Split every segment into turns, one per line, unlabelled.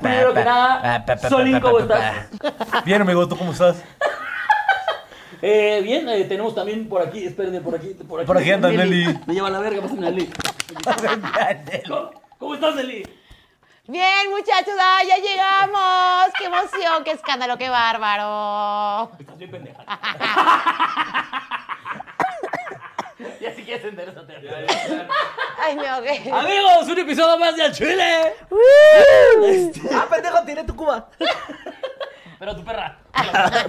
Primero que nada, Solín, ¿cómo estás?
Bien, amigo, ¿tú cómo estás?
Eh, bien, eh, tenemos también por aquí, espérenme, por aquí, por aquí.
Por aquí anda Nelly.
Me lleva la verga, pásenme a Nelly. ¿Cómo, cómo estás, Nelly?
Bien, muchachos, ¡ay, ya llegamos. Qué emoción, qué escándalo, qué bárbaro.
Estás bien pendeja. ya si quieres enderezarte.
Ay, no, qué.
Amigos, un episodio más de Al Chile.
Ah, pendejo, tiré tu cuba.
Pero tu perra.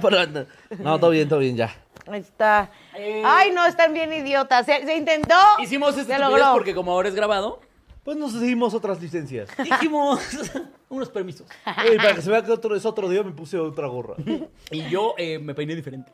Perdón. no, todo bien, todo bien, ya.
Ahí está.
Eh.
Ay, no, están bien idiotas. Se, se intentó.
Hicimos este
Se
tutorial
logró.
porque como ahora es grabado,
Pues nos dimos otras licencias.
dijimos unos permisos.
Ey, para que se vea que otro, es otro día, me puse otra gorra.
Y yo eh, me peiné diferente.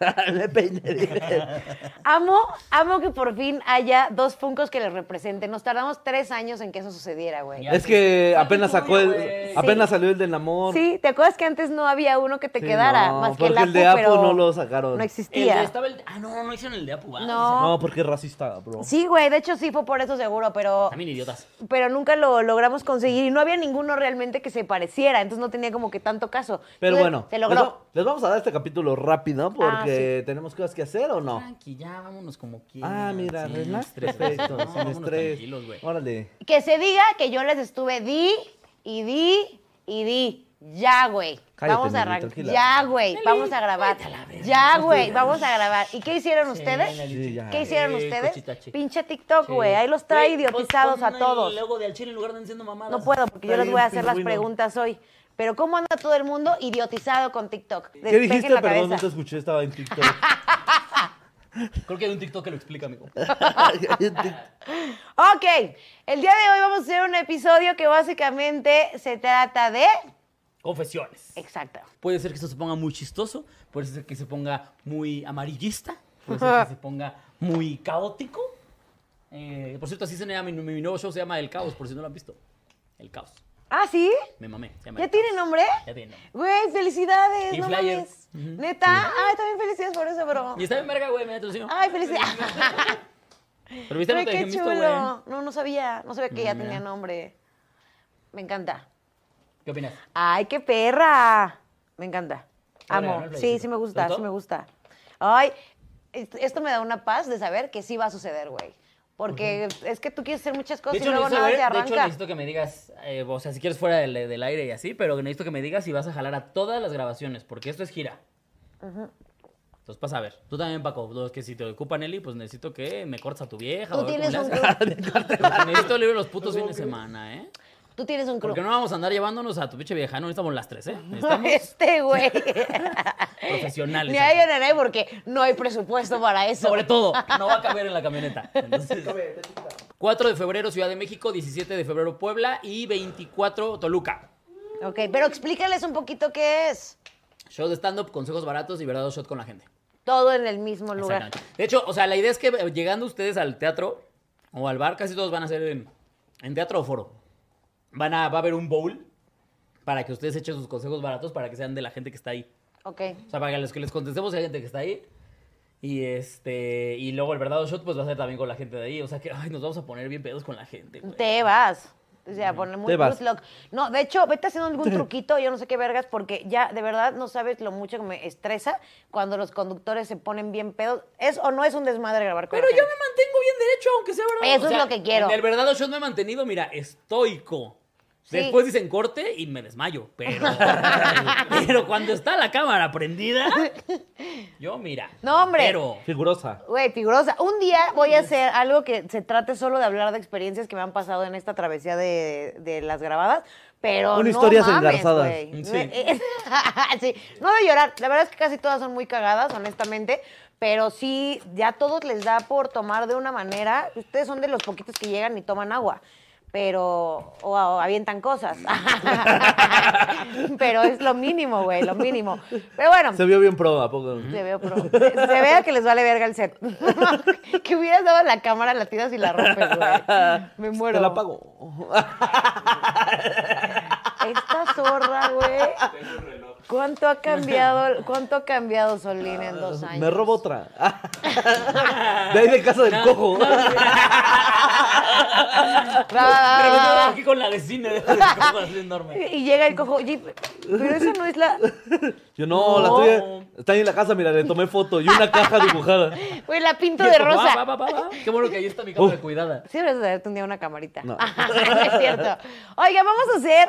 Me peiné.
Amo, amo que por fin haya dos funcos que les representen. Nos tardamos tres años en que eso sucediera, güey.
Ya.
Es que apenas sacó
Sí.
el. Apenas salió el del amor.
Sí, ¿te acuerdas que antes no había uno que te
Sí,
quedara?
no,
más que
porque
el,
el de
Apu,
Apu
pero
no lo sacaron.
No
El de-
existía.
estaba el- ah, no, no hicieron el de Apu. ¿va?
No.
No, porque es racista, bro.
Sí, güey, de hecho sí fue por eso seguro, pero,
También idiotas.
pero nunca lo logramos conseguir y no había ninguno realmente que se pareciera, entonces no tenía como que tanto caso.
Pero
Entonces,
bueno,
Se
Les, va-
logró.
les vamos a dar este capítulo rápido porque
Ah,
tenemos cosas que hacer o no.
Tranqui, ya vámonos como quieras.
Ah, mira,
sin
relax,
estrés,
perfecto,
no,
sin
vámonos
estrés.
Tranquilos, güey.
Órale.
Que se diga que yo les estuve di y di y di. Ya, güey.
Cállate,
vamos a
Nelly,
arrancar.
tranquila.
Ya, güey. Vamos a grabar. Ya, güey. Vamos a grabar. ¿Y qué hicieron ustedes?
Nelly.
Sí, ya.
¿Qué hicieron
Eh,
ustedes?
cochita, chica.
Pinche TikTok, güey. Ahí los trae
Güey, pues,
idiotizados
pon-
a
pon
todos.
El logo de al chile en lugar de enciendo mamadas.
No puedo porque yo
Está
les voy
bien,
a hacer las
pingüino.
preguntas hoy. Pero ¿cómo anda todo el mundo idiotizado con TikTok?
¿Qué
Despeguen
dijiste?
la
Perdón, no te
cabeza.
escuché, estaba en TikTok.
Creo que hay un TikTok que lo explica, amigo.
Ok, el día de hoy vamos a hacer un episodio que básicamente se trata de...
Confesiones.
Exacto.
Puede ser que esto se ponga muy chistoso, puede ser que se ponga muy amarillista, puede ser que se ponga muy caótico. Eh, por cierto, así se llama mi, mi nuevo show, se llama El Caos, por si no lo han visto. El Caos.
¿Ah, sí?
Me mamé. Se llama
¿Ya
El
tiene
Caos.
nombre?
Ya tiene nombre.
Güey, felicidades,
Y
no
flyer.
mames. Neta, ay, también felicidades por eso, bro.
Y está bien verga, güey, me da atención.
Ay, felicidades.
Pero viste, no
Ay,
te
qué
dejé visto, güey. Mm,
chulo. No, no sabía, no sabía que ya
Mira.
tenía nombre. Me encanta.
¿Qué opinas?
Ay, qué perra. Me encanta.
Te voy a
Amo.
regalar el
Sí,
plebiscito.
sí me
¿Te
gusta,
gustó?
sí me gusta. Ay, est- esto me da una paz de saber que sí va a suceder, güey. Porque es que tú quieres hacer muchas cosas
De hecho,
y luego
necesito,
nada
saber-
te
de hecho,
arranca.
necesito que me digas, eh, o sea, si quieres fuera del, del aire y así, pero necesito que me digas si vas a jalar a todas las grabaciones, porque esto es gira. Entonces, pasa a ver. Tú también, Paco, los que si te ocupa Nelly, pues necesito que me cortes a tu vieja.
Tú
o a ver
tienes
cómo
un
le haces. Porque necesito libre los putos fines de semana, ¿eh?
Tú tienes un club.
Porque no vamos a andar llevándonos a tu pinche vieja, no necesitamos las tres, ¿eh? Necesitamos
Este, güey.
profesionales.
Ni a ella
aquí.
ni a nadie porque no hay presupuesto para eso.
Sobre todo, no va a caber en la camioneta. Entonces, 4 de febrero, Ciudad de México, 17 de febrero, Puebla y 24, Toluca.
Ok, pero explícales un poquito qué es.
Show de stand-up, consejos baratos y verdadero shot con la gente.
Todo en el mismo lugar.
Exactamente. De hecho, o sea, la idea es que eh, llegando ustedes al teatro o al bar, casi todos van a ser en, en teatro o foro. Van a, va a haber un bowl para que ustedes echen sus consejos baratos para que sean de la gente que está ahí.
Ok.
O sea, para que los que les contestemos hay gente que está ahí. Y este y luego el verdadero shot pues va a ser también con la gente de ahí. O sea que ay, nos vamos a poner bien pedos con la gente. güey.
Te vas. O sea, poner muy
Te vas.
good luck. No, de hecho, vete haciendo algún truquito, yo no sé qué vergas, porque ya de verdad no sabes lo mucho que me estresa cuando los conductores se ponen bien pedos. ¿Es o no es un desmadre grabar con
Pero
la
yo me
gente?
mantengo bien derecho, aunque sea verdad.
Eso es lo que quiero.
En el verdadero yo me he mantenido, mira, estoico.
Sí.
Después dicen corte y me desmayo. Pero, pero cuando está la cámara prendida, yo mira.
No, hombre.
Pero.
Figurosa.
Güey, figurosa. Un día voy a hacer algo que se trate solo de hablar de experiencias que me han pasado en esta travesía de, de las grabadas, pero
Una
no
historias
mames,
engarzadas.
güey.
Sí.
Me- sí. No de llorar. La verdad es que casi todas son muy cagadas, honestamente. Pero sí, ya a todos les da por tomar de una manera. Ustedes son de los poquitos que llegan y toman agua. pero o, o avientan cosas. pero es lo mínimo, güey, lo mínimo. Pero bueno,
Se vio bien pro, ¿a poco?
se, veo pro- se vea que les vale verga el set. que hubieras dado la cámara, la tiras y la rompes, güey. Me muero.
Te la pago.
Esta zorra, güey. ¿Cuánto ha cambiado, cuánto ha cambiado Solín en dos años?
Ah, Me robo otra. de ahí de casa del cojo.
Va, va, va,
Pero
va, va.
aquí con la vecina. Es enorme.
Y llega el cojo, oye, pero eso no es la...
Yo no, la
No.
tuya está ahí en la casa, mira, le tomé foto y una caja dibujada.
Güey, la pinto de rosa.
Va, va, va, va. Qué bueno que ahí está mi cámara cuidada.
Sí, deberías de traerte un día una camarita. No.
No.
es cierto. Oiga, vamos a hacer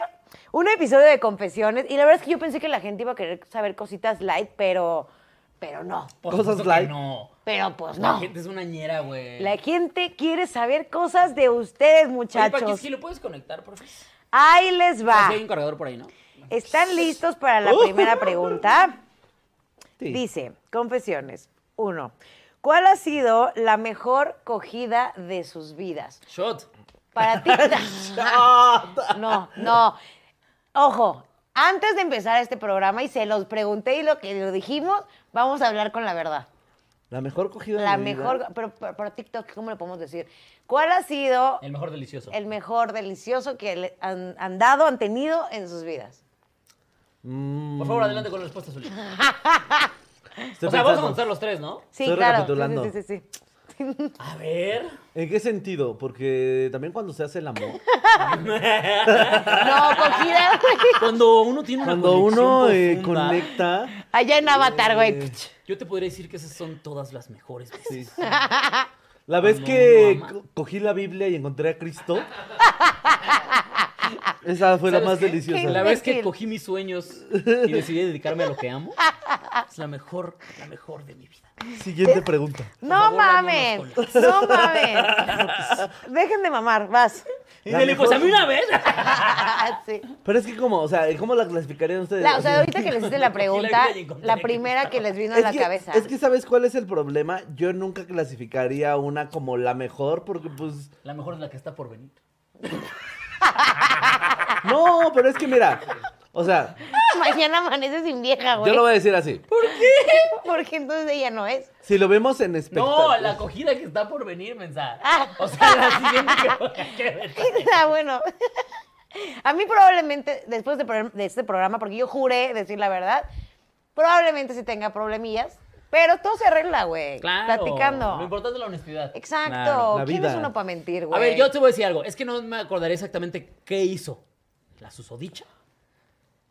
un episodio de confesiones. Y la verdad es que yo pensé que la gente iba a querer saber cositas light, pero, pero no.
Por
Cosas
supuesto que
light.
No.
Pero pues
La
no.
gente es una ñera, güey.
La gente quiere saber cosas de ustedes,
Oye, Paqui,
muchachos.
¿sí lo puedes conectar, por favor?
Ahí les va.
Si hay un cargador por ahí, ¿no?
¿Están listos para la primera pregunta?
Sí.
Dice, confesiones. Uno, ¿cuál ha sido la mejor cogida de sus vidas?
Shot.
Para ti. No, no. Ojo, antes de empezar este programa, y se los pregunté y lo que lo dijimos, vamos a hablar con la verdad.
La mejor cogida
La
de mi vida.
mejor, pero para para TikTok, ¿cómo le podemos decir? ¿Cuál ha sido
El mejor delicioso.
el mejor delicioso que le han, han dado, han tenido en sus vidas?
Mm,
Por favor, adelante con la respuesta, Zully. O sea,
estoy
vamos a
pensando.
contestar los tres, ¿no?
Sí,
Estoy
claro.
recapitulando.
Sí, sí, sí, sí.
A ver.
¿En qué sentido? Porque también cuando se hace el amor,
No, cogida, güey.
Cuando uno tiene una
cuando
conexión
uno eh,
profunda,
conecta,
Allá en Avatar, güey.
Eh,
Yo te podría decir que esas son todas las mejores veces.
sí, sí. La vez
Cuando
que
uno ama.
co- cogí la Biblia y encontré a Cristo, esa fue la
¿Sabes
más
qué?
deliciosa.
La vez que
imbécil.
cogí mis sueños y decidí dedicarme a lo que amo, es la mejor, la mejor de mi vida.
Siguiente pregunta.
No
favor,
mamen,
vámonos
no mamen. Dejen de mamar, vas.
Y
La
Deli, pues a
mejor-
mí una vez.
sí.
Pero es que como, o sea, ¿cómo la clasificarían ustedes?
La- o sea,
Así-
ahorita que les hice la pregunta,
vida y encontré
la
que
primera que les vino a
Es
la
que-
cabeza.
Es que sabes cuál es el problema. Yo nunca clasificaría una como la mejor porque pues...
La mejor es la que está por venir.
No, pero es que mira, o sea,
Mañana amanece sin vieja, güey.
yo lo voy a decir así.
Porque entonces ella no es.
Si lo vemos en
No,
espectáculo.
la cogida que está por venir, mensaje.
Ah.
O sea, la siguiente que- que ver.
Ah, bueno. A mí probablemente, después de, pro- de este programa, porque yo juré decir la verdad, probablemente sí tenga problemillas, pero todo se arregla, güey.
Claro.
Platicando.
Lo importante es la honestidad.
Exacto.
Claro.
la
¿Quién
vida.
es uno para mentir,
A
güey?
ver, yo te voy a decir algo. Es que no me acordaré exactamente qué hizo la susodicha.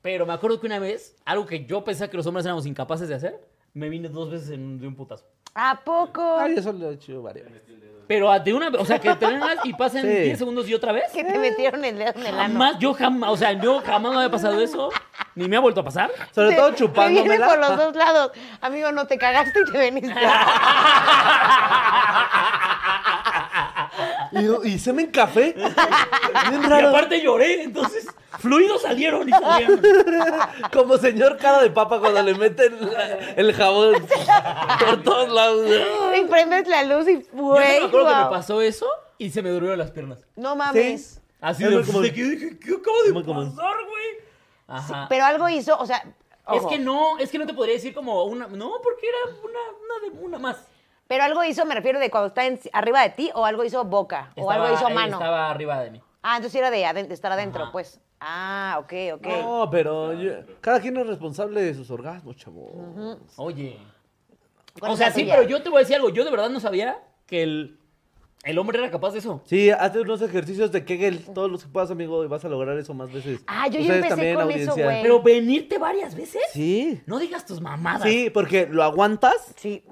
Pero me acuerdo que una vez, algo que yo pensaba que los hombres éramos incapaces de hacer, me vine dos veces en- de un putazo.
¿A poco?
Ay, eso lo he hecho varias veces.
Pero de una vez, o sea, que te ven y pasan
Sí.
10 segundos y otra vez.
¿Qué te metieron el dedo en el ano?
Jamás, yo jamás, o sea, yo jamás me había pasado eso. Ni me ha vuelto a pasar.
Sobre
Te-
todo
Te viene por los
chupándomela.
dos lados. Amigo, no te cagaste y te veniste.
Y, y se me encafé. Bien
Y
raro.
aparte lloré, entonces fluidos salieron y salieron.
Como señor cara de papa cuando le meten la- el jabón por todos lados.
y prendes la luz y
Yo
güey.
me acuerdo que me
guau.
pasó eso y se me durmieron las piernas.
No mames.
Sí.
Así
Es
de,
muy común.
de que dije, ¿qué acaba de
Muy común.
pasar, güey? Ajá.
Pero algo hizo, o sea.
Es
ojo,
que no, es que no te podría decir como una. No, porque era una, una de una más.
Pero algo hizo, me refiero de cuando está en- arriba de ti, o algo hizo boca, o
Estaba-
algo hizo
él
mano.
Estaba arriba de mí.
Ah, entonces era de, aden- de estar adentro,
Ajá.
pues. Ah, ok, ok.
No, pero yo- cada quien es responsable de sus orgasmos, chavo.
Oye.
¿Cuál
O
es
sea,
la
sí,
tuya?
pero yo te voy a decir algo. Yo de verdad no sabía que el, el hombre era capaz de eso.
Sí, haz unos ejercicios de Kegel, todos los que puedas, amigo, y vas a lograr eso más veces.
Ah, yo ya
Ustedes
empecé
también,
con eso,
audiencia.
güey.
Pero venirte varias veces.
Sí.
No digas tus mamadas.
Sí, porque lo aguantas,
Sí.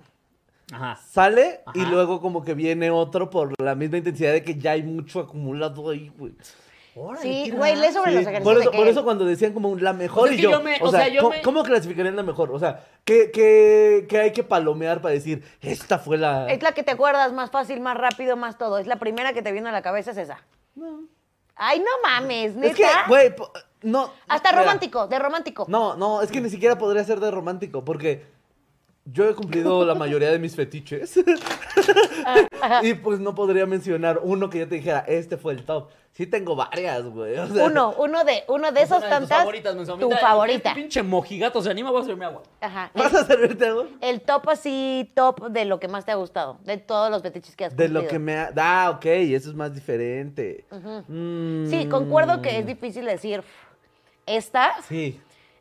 Ajá.
sale y
Ajá.
luego como que viene otro por la misma intensidad de que ya hay mucho acumulado ahí, güey.
Órale,
Sí,
qué
güey,
raro.
lee sobre
Sí,
los ejercicios.
por eso,
de
por
Kegel.
eso cuando decían como la mejor
es
y
que
yo,
yo me-
o,
o
sea,
sea, yo
¿cómo,
me-
cómo clasificarían la mejor? O sea, ¿qué, qué, qué hay que palomear para decir, esta fue la...
Es la que te acuerdas más fácil, más rápido, más todo. Es la primera que te viene a la cabeza, es esa. Ay, no mames, neta.
Es que, güey, po- no...
Hasta
mira,
romántico, de romántico.
No, no, es que ni siquiera podría ser de romántico, porque Yo he cumplido la mayoría de mis fetiches. y pues no podría mencionar uno que yo te dijera, este fue el top. Sí tengo varias, güey. o sea,
Uno, uno de, uno de esos
Una tus
tantas.
favoritas, mensual.
tu
Mira,
favorita.
este Pinche mojigato se anima, voy a hacerme agua.
Ajá.
¿Vas a servirte algo?
El top así, top de lo que más te ha gustado, de todos los fetiches que has
De lo
cumplido.
que me ha... Ah, ok, eso es más diferente. Mm,
Sí, concuerdo que es difícil decir esta.
Sí.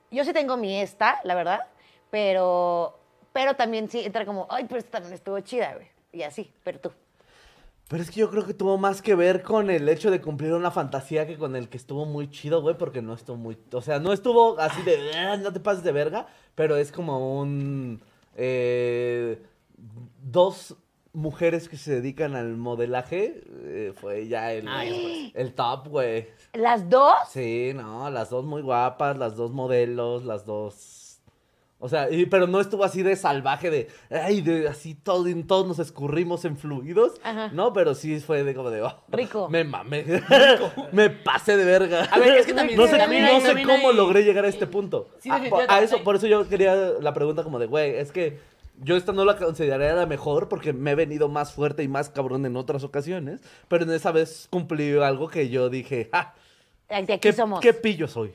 Yo sí tengo mi esta, la verdad, pero, pero también sí entra como, ay, pero esta también estuvo chida, güey. Y así, pero tú.
Pero es que yo creo que tuvo más que ver con el hecho de cumplir una fantasía que con el que estuvo muy chido, güey, porque no estuvo muy... O sea, no estuvo así de... "Ah, No te pases de verga, pero es como un... eh, dos mujeres que se dedican al modelaje, eh, fue ya el,
Ah, ya después.
el top, güey.
Las dos,
Sí, no, las dos muy guapas, las dos modelos, las dos. O sea, y- pero no estuvo así de salvaje, de, ay, de así todo, en- todos nos escurrimos en fluidos.
Ajá.
No, pero sí fue de como de, oh,
Rico.
Me mamé. me pasé de verga.
A ver, es que también-
No sé,
también
no
hay-
sé
también
cómo
hay-
logré llegar a este punto.
Sí,
Ah, por- a,
definitivamente
eso,
hay-
por eso yo quería la pregunta como de, güey, es que yo esta no la consideraría la mejor porque me he venido más fuerte y más cabrón en otras ocasiones, pero en esa vez cumplí algo que yo dije, ja,
de aquí
¿Qué,
somos.
qué pillo soy?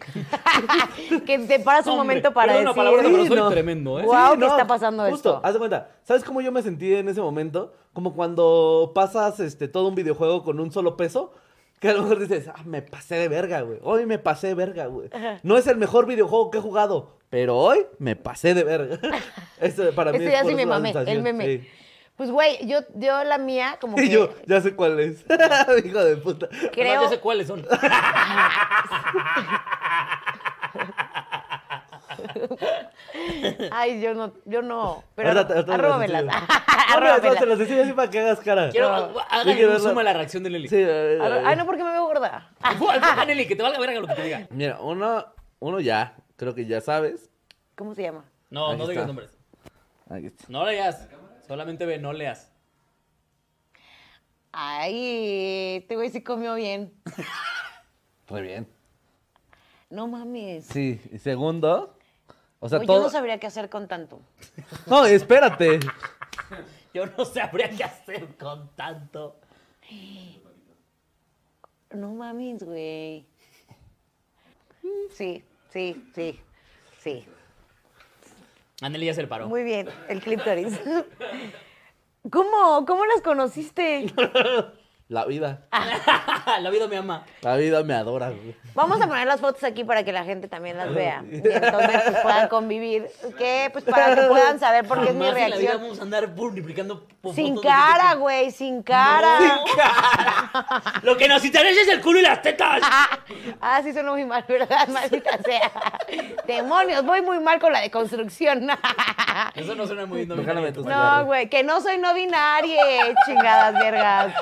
que te paras un
Hombre,
momento para
perdón
decir.
la palabra, pero
Sí,
soy
no.
tremendo, ¿eh?
Guau. Wow, ¿qué está pasando
justo,
esto?
Haz de cuenta, ¿sabes cómo yo me sentí en ese momento? Como cuando pasas este, todo un videojuego con un solo peso, que a lo mejor dices, ah, me pasé de verga, güey. Hoy me pasé de verga, güey. No es el mejor videojuego que he jugado, pero hoy me pasé de verga. Eso para mí
Este
es
ya
por
sí me
eso la
mamé, el
sensación,
meme.
sí.
Pues, güey, yo, yo la mía, como que.
Y yo, ya sé cuál es. Hijo de puta.
creo.
Además, ya sé cuáles son.
Ay, yo no, yo no. Pero
Ahorita te- ahorita te las
arróbemelas.
enseño. Ahorita
Arróbemelas.
te las enseño así para que hagas cara.
Quiero,
Yo
hagan
quiero
un
verla.
zoom a la reacción de Nelly.
Sí, eh,
Arro- Ay, no, porque me veo gorda.
Enfoca, Nelly, que te valga verga lo que te diga.
Mira, uno, uno ya, creo que ya sabes.
¿Cómo se llama?
No,
Ahí
no
está.
digas nombres.
Ahí está.
No leas. Solamente ve, no leas.
Ay, este güey sí comió bien.
Muy bien.
No mames.
Sí, y segundo. O sea,
Güey,
todo.
Yo no sabría qué hacer con tanto.
No, espérate.
Yo no sabría qué hacer con tanto.
No mames, güey. Sí, sí, sí, sí.
A Nelly ya se le paró.
Muy bien, el clítoris. ¿Cómo? ¿Cómo las conociste?
La vida.
la vida me ama.
La vida me adora, güey.
Vamos a poner las fotos aquí para que la gente también las vea. Y entonces pues, puedan convivir. ¿Qué? Pues para que puedan saber por qué es mi
Jamás en la vida
reacción.
vamos a andar publicando po-
Sin
fotos de gente
cara,
que-
güey, sin cara.
Lo que nos interesa es el culo y las tetas.
Ah, sí, suena muy mal, ¿verdad? Maldita sea. Demonios, voy muy mal con la deconstrucción.
Eso no suena muy
Déjame
nominario.
tus-
No, güey, que no soy no binaria, chingadas vergas.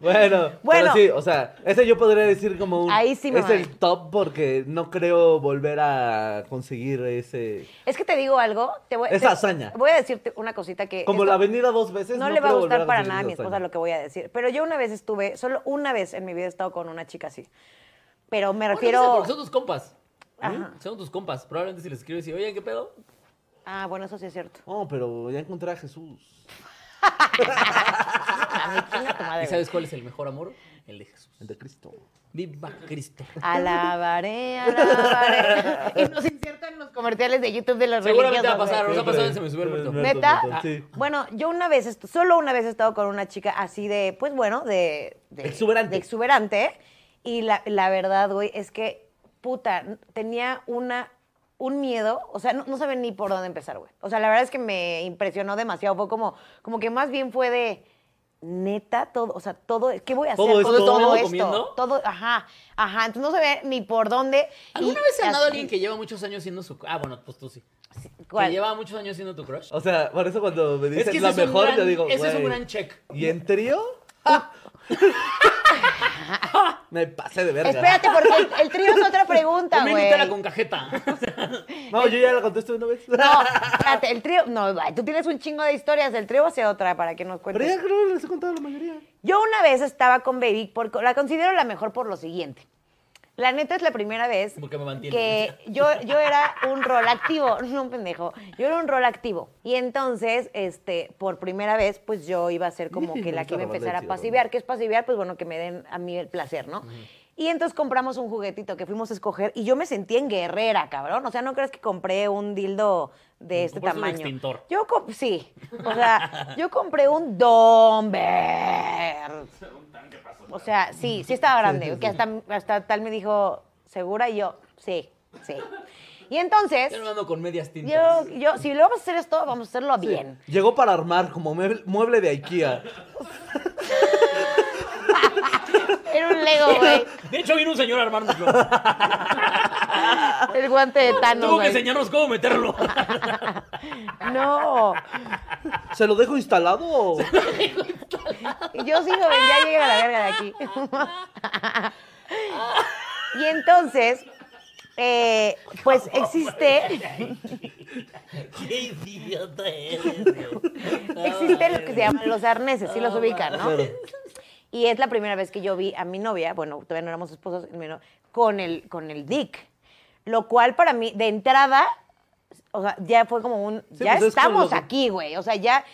Bueno,
Bueno.
bueno. sí, o sea, ese yo podría decir como un.
Ahí sí me
Es
mamé.
el top porque no creo volver a conseguir ese.
Es que te digo algo, te voy,
Esa
te-
hazaña.
Voy a decirte una cosita que
Como
esto
la avenida dos veces.
no, le va a
creo volver
gustar para nada a
conseguir
mi
esa
esposa lo que voy a decir, pero yo una vez estuve, solo una vez en mi vida he estado con una chica así. Pero me
Bueno,
refiero
porque Son tus compas. ¿eh?
Ajá.
Son tus compas. Probablemente si les escribes y, oye, ¿qué pedo?
Ah, bueno, eso sí es cierto.
Oh, pero ya encontré a Jesús.
Chinga tu madre,
Ah, ¿Y sabes cuál es el mejor amor? El de Jesús.
El de Cristo.
Viva Cristo.
güey. Alabaré, alabaré. y nos insertan los comerciales de YouTube de los
Seguramente va a
religiosos,
pasar.
güey.
Nos ha pasado y se me subió el
Siempre.
muerto. Ah.
¿Neta? Ah,
Sí.
Bueno, yo una vez, estu- solo una vez he estado con una chica así de, pues bueno, de... de-
Exuberante.
de exuberante. Y la, la verdad, güey, es que, puta, n- tenía una, un miedo, o sea, no, no saben ni por dónde empezar, güey. O sea, la verdad es que me impresionó demasiado. Fue como, como que más bien fue de... Neta, todo, o sea, todo, ¿qué voy a hacer
Todo
con
esto,
todo
todo
esto?
comiendo.
Todo, ajá, ajá, entonces no se ve ni por dónde.
¿Alguna
y
vez se ha dado
así-
alguien que lleva muchos años siendo su... Ah, bueno, pues tú sí.
¿Cuál?
Que lleva muchos años siendo tu crush.
O sea, por eso cuando me dicen
ese
la
es un
mejor,
gran-
yo digo.
Ese es un
güey,
gran check.
¿Y en trío? Me pasé de verga.
Espérate, porque el, el trío es otra pregunta,
Una
güey.
inútila con cajeta.
No, yo ya la contesto de una vez.
No, espérate, el trío. No, va, tú tienes un chingo de historias del trío, hacia otra para que nos
Pero
cuentes.
ya creo que les he contado la mayoría.
Yo una vez estaba con Baby, porque la considero la mejor por lo siguiente. La neta es la primera vez
Porque me mantiene.
que yo, yo era un rol activo, no un pendejo, yo era un rol activo. Y entonces, este, por primera vez, pues yo iba a ser como que la que iba a empezar a pasivear. ¿Qué es pasivear? Pues bueno, que me den a mí el placer, ¿no? Y entonces compramos un juguetito que fuimos a escoger y yo me sentí en guerrera, cabrón. O sea, no crees que compré un dildo de este
Compraste un
tamaño.
extintor.
Yo comp- sí. O sea, yo compré un Domber. O sea, sí, sí estaba grande. Que hasta, hasta tal me dijo, ¿segura? Y yo, sí, sí. Y entonces,
Yo no ando con medias tintas.
yo, yo, si lo vamos a hacer esto, vamos a hacerlo bien.
Llegó para armar como mueble, mueble de IKEA.
Era un Lego, güey.
De hecho, vino un señor a armárnoslo.
El guante de Thanos,
Tuvo que
Ah, güey.
enseñarnos cómo meterlo.
No.
¿Se lo dejo instalado? o-
Y Yo sí, joven, ya llega la verga de aquí. y entonces, eh, pues existe,
Qué idiota eres, güey.
existe lo que se llaman los arneses, sí los ubican, ¿no?
Claro.
Y es la primera vez que yo vi a mi novia, bueno, todavía no éramos esposos, mi no- con el, con el Dick. Lo cual para mí, de entrada, o sea, ya fue como un,
Sí,
ya
pues es como
estamos
lo que-
aquí, güey. O sea, ya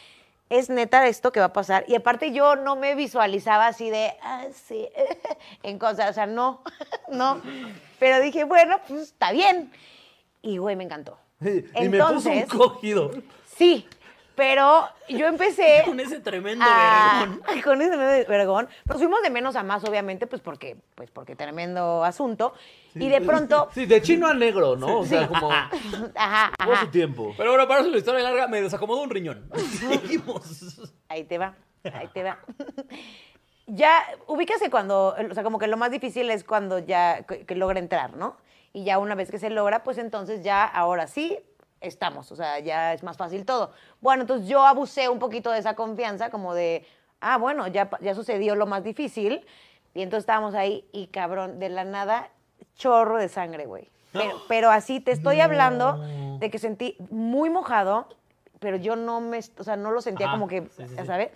es neta esto que va a pasar. Y aparte yo no me visualizaba así de, ah, sí, en cosas, o sea, no, no. Pero dije, bueno, pues está bien. Y, güey, me encantó.
Y me puso un
Entonces-
cogido.
Sí, pero yo empecé...
Con ese tremendo
Ah,
vergón.
con ese meme de vergón. Nos fuimos de menos a más, obviamente, pues porque, pues porque tremendo asunto. Y de pronto.
Sí, de chino a negro, ¿no? O sea, como...
Ajá,
Todo
ajá,
su tiempo.
Pero bueno, para hacer la historia larga, me desacomodó un riñón. Seguimos.
Ahí te va, ahí te va. Ya, ubícase cuando, o sea, como que lo más difícil es cuando ya que, que logra entrar, ¿no? Y ya una vez que se logra, pues entonces ya ahora sí estamos, o sea, ya es más fácil todo. Bueno, entonces yo abusé un poquito de esa confianza, como de, ah, bueno, ya, pa- ya sucedió lo más difícil, y entonces estábamos ahí y cabrón, de la nada, chorro de sangre, güey. Pero, pero así te estoy hablando de que sentí muy mojado, pero yo no me, o sea, no lo sentía
Ajá,
como que,
sí, sí,
ya
sí.
¿sabes?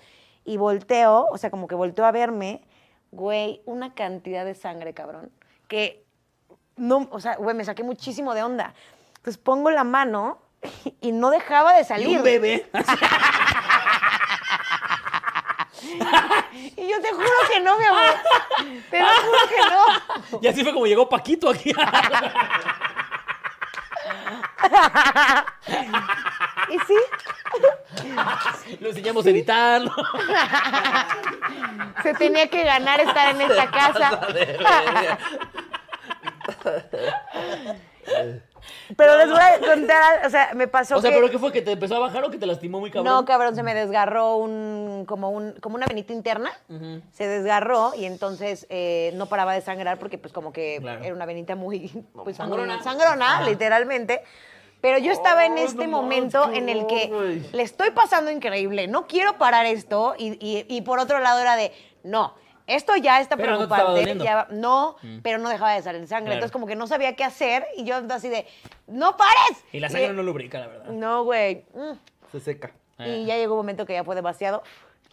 Y volteo, o sea, como que volteo a verme, güey, una cantidad de sangre, cabrón, que no, o sea, güey, me saqué muchísimo de onda. Entonces pongo la mano y no dejaba de salir.
Y un bebé.
Y yo te juro que no, mi amor. Te lo juro que no.
Y así fue como llegó Paquito aquí.
Y sí,
Lo enseñamos a editarlo.
se tenía que ganar estar en esta casa. Pero les voy a contar, o sea, me pasó
O sea,
que...
¿pero qué fue? ¿Que te empezó a bajar o que te lastimó muy cabrón?
No, cabrón, se me desgarró un, como, un, como una venita interna. Se desgarró y entonces eh, no paraba de sangrar porque pues como que
Claro. Ah.
era una venita muy pues, sangrona,
Sangrona.
sangrona literalmente. Pero yo estaba
Oh,
en
Ay,
este
no
momento
manches,
en el
qué horror,
que
güey.
le estoy pasando increíble, no quiero parar esto y, y- y por otro lado era de, no, esto ya está
Pero no te estaba
preocupante,
doliendo. Mm.
ya va- no, pero no dejaba de salir sangre,
Claro.
entonces como que no sabía qué hacer y yo así de, no pares.
Y la sangre no lubrica, la verdad.
Eh, No, güey. Mm.
Se seca.
Eh.
Y ya llegó un momento que ya fue demasiado.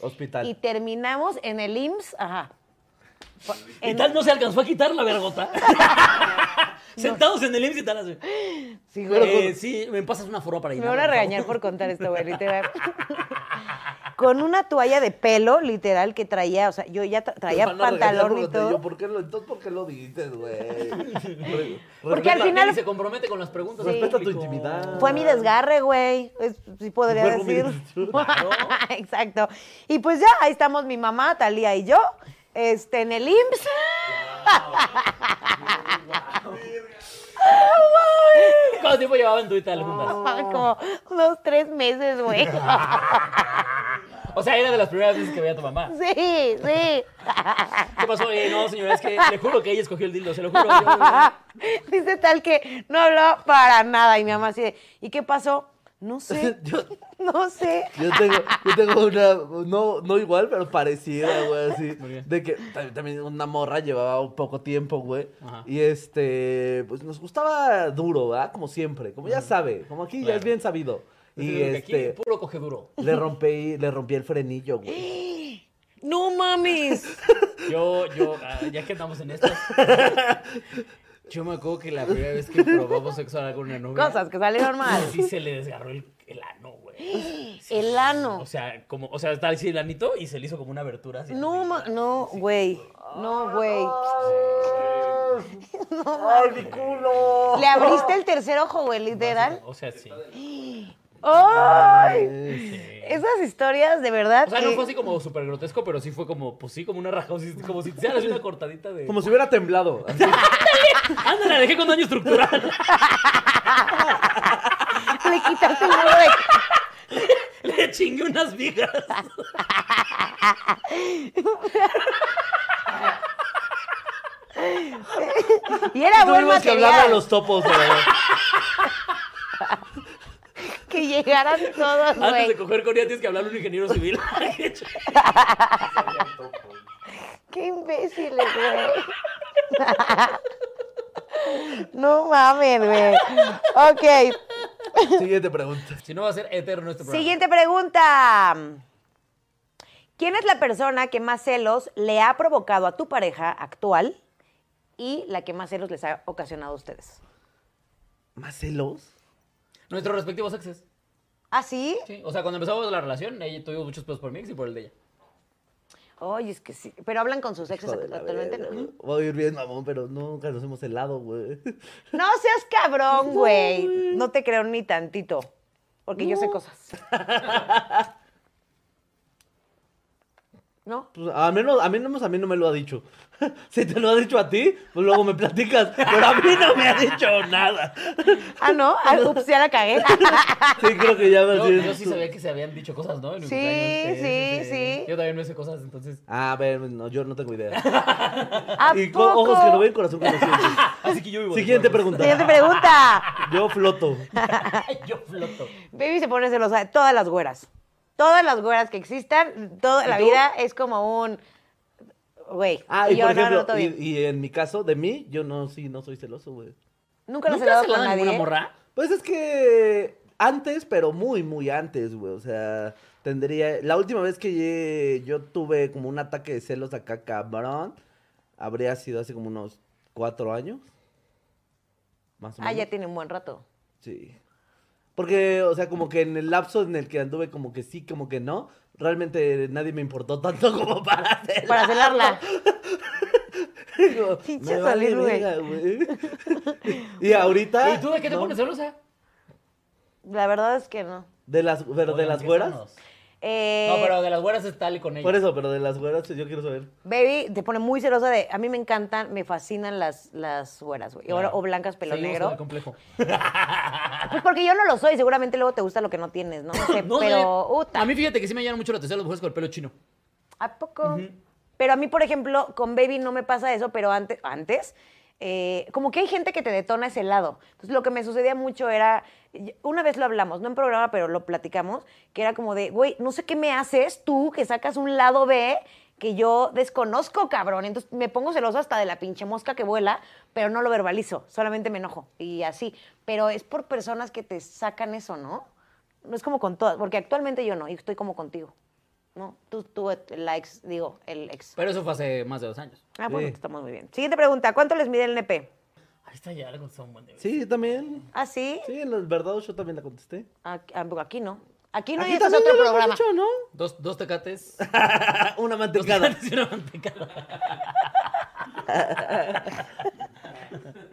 Hospital.
Y terminamos en el IMSS, ajá. Fue-
Y
en-
tal no se alcanzó a quitar la vergota. Sentados en el IMSS y tal así.
sí, güey.
Eh, sí, me pasas una forma para ir.
Me van a regañar por contar esto, güey, literal. Con una toalla de pelo, literal, que traía, o sea, yo ya tra- traía
Te van a regañar
pantalón
porque
y
te
todo.
digo, ¿por qué lo, entonces, ¿por qué lo dices, güey? Re-
Porque al final-
se compromete con las preguntas. del
Respeta tu
público.
intimidad.
Fue mi desgarre, güey. Es- Sí podría
Vuelvo a mi
decir.
decisión.
Exacto. Y pues ya, ahí estamos mi mamá, Talía y yo, este, en el IMSS.
¿Cuánto tiempo llevaban tú y
Oh.
tal
Oh.
juntas?
Como unos tres meses, güey.
O sea, era de las primeras veces que veía a tu mamá.
Sí, sí.
¿Qué pasó? Eh, no, señora, es que le juro que ella escogió el dildo, se lo juro. Yo,
Dice tal que no hablaba para nada. Y mi mamá así de, ¿y qué pasó? No sé.
Yo-
No sé.
Yo tengo, yo tengo una, no, no igual, pero parecida, güey, así. De que tam- también una morra llevaba un poco tiempo, güey.
Ajá.
Y este, pues nos gustaba duro, ¿verdad? Como siempre, como ya sabe, como aquí ya
Claro. Pues
es bien sabido. Y
Porque aquí,
este,
puro coge duro.
le rompí, le rompí el frenillo, güey.
No mames.
Yo, yo, ah, ya que andamos en esto. Yo me acuerdo que la primera vez que probamos sexo oral con una novia.
Cosas que salieron mal.
Sí se le desgarró el, el ano, güey. Sí,
El ano.
O sea, como, o sea, estaba así el anito y se le hizo como una abertura. Así
No, ma- no, güey. No, güey.
¡Ay, mi culo!
Le abriste el tercer ojo, güey, literal.
O sea, sí.
¡Ay!
sí.
Esas historias, de verdad. eh,
O sea, no
que-
fue así como súper grotesco, pero sí fue como, pues sí, como una raja, como si, como si te hicieras una cortadita de.
Como si hubiera temblado. así.
Anda, la dejé con daño estructural.
Le quitaste el muro de
Le chingué unas vigas.
Y era buen
Tuvimos que hablarle
material.
a los topos, güey.
Que llegaran todos,
Antes de
güey.
coger con ella tienes que hablar a un ingeniero civil.
Qué imbéciles, güey. no mames, güey. Ok.
Siguiente pregunta.
si no va a ser eterno este programa.
Siguiente pregunta. ¿Quién es la persona que más celos le ha provocado a tu pareja actual y la que más celos les ha ocasionado a ustedes?
¿Más celos?
Nuestros respectivos exes.
¿Ah, sí?
Sí. O sea, cuando empezamos la relación, ella tuvo muchos pedos por mi ex y por el de ella.
Oye, es que sí. Pero hablan con sus exes
Hijo de la
actualmente,
verga,
¿no?
güey. Voy a ir bien, mamón, pero nunca nos hemos helado, güey.
No seas cabrón, güey. No te creo ni tantito. Porque yo sé cosas. ¿No?
Pues, a menos, a menos a mí no me lo ha dicho. Si te lo ha dicho a ti, pues luego me platicas. Pero a mí no me ha dicho nada.
Ah, no. Ah, ups, ya la cagué.
Sí, creo que ya me
Yo,
decir
yo sí sabía que se habían dicho cosas, ¿no? En mi
Sí,
cumpleaños.
sí, sí.
Yo también me sé cosas, entonces.
Ah, A ver, no, yo no tengo idea.
¿A
Y con
poco?
ojos que lo ven, corazón que lo siente.
Así que yo vivo. de
Siguiente
cuerpos.
Siguiente
pregunta.
pregunta.
Yo floto.
yo floto.
Baby se pone celosa. de Todas las güeras. Todas las güeras que existan, toda la
¿Y tú?
vida es como un... Güey.
Ah,
y
y
yo
por
no
ejemplo,
noto
y,
bien.
y en mi caso, de mí, yo no, sí, no soy celoso, güey.
Nunca lo has
¿Nunca has
hablado
hablado
con
de ninguna
nadie.
morra?
Pues es que antes, pero muy, muy antes, güey. O sea, tendría. La última vez que yo tuve como un ataque de celos acá, cabrón, habría sido hace como unos cuatro años. Más o
Ah,
menos.
ya tiene un buen rato.
Sí. Porque, o sea, como que en el lapso en el que anduve, como que sí, como que no. Realmente nadie me importó tanto como para hacer.
Para celarla. Pinche
Me vale
salir, güey.
verga, güey. y ahorita.
¿Y tú de qué te
no,
pones celosa?
La verdad es que no.
De las, pero de
Oigan,
las
¿qué
güeras.
somos?
Eh,
No, pero de las güeras es tal y con ella.
Por eso, pero de las güeras yo quiero saber.
Baby te pone muy celosa de. A mí me encantan, me fascinan las, las güeras, güey.
Claro.
O, o blancas, pelo
Seguimos con
negro.
el complejo.
Pues porque yo no lo soy, seguramente luego te gusta lo que no tienes, ¿no? sé,
No sé.
pero. uta,
A mí fíjate que sí me llaman mucho la atención las mujeres con el pelo chino.
¿A poco? Pero a mí, por ejemplo, con Baby no me pasa eso, pero antes. antes eh, como que hay gente que te detona ese lado. Entonces, lo que me sucedía mucho era. y- Una vez lo hablamos, no en programa, pero lo platicamos, que era como de, güey, no sé qué me haces tú que sacas un lado B que yo desconozco, cabrón. Entonces me pongo celosa hasta de la pinche mosca que vuela, pero no lo verbalizo, solamente me enojo y así. Pero es por personas que te sacan eso, ¿no? No es como con todas, porque actualmente yo no, y estoy como contigo. No, tú, tú, la ex, digo, el ex.
Pero eso fue hace más de dos años.
Ah, bueno,
Sí.
estamos muy bien. Siguiente pregunta, ¿cuánto les mide el NP?
Ahí está ya, le contestó un buen de veces.
Sí, yo también.
¿Ah, sí?
Sí, en los verdados yo también la contesté.
Aquí, ah, pero aquí no. Aquí no,
Aquí
y este es
también ya
otro
lo hemos
programa.
dicho, ¿no?
Dos, dos tecates.
Ah, una
Dos
mantecada.
tecates y una mantecada.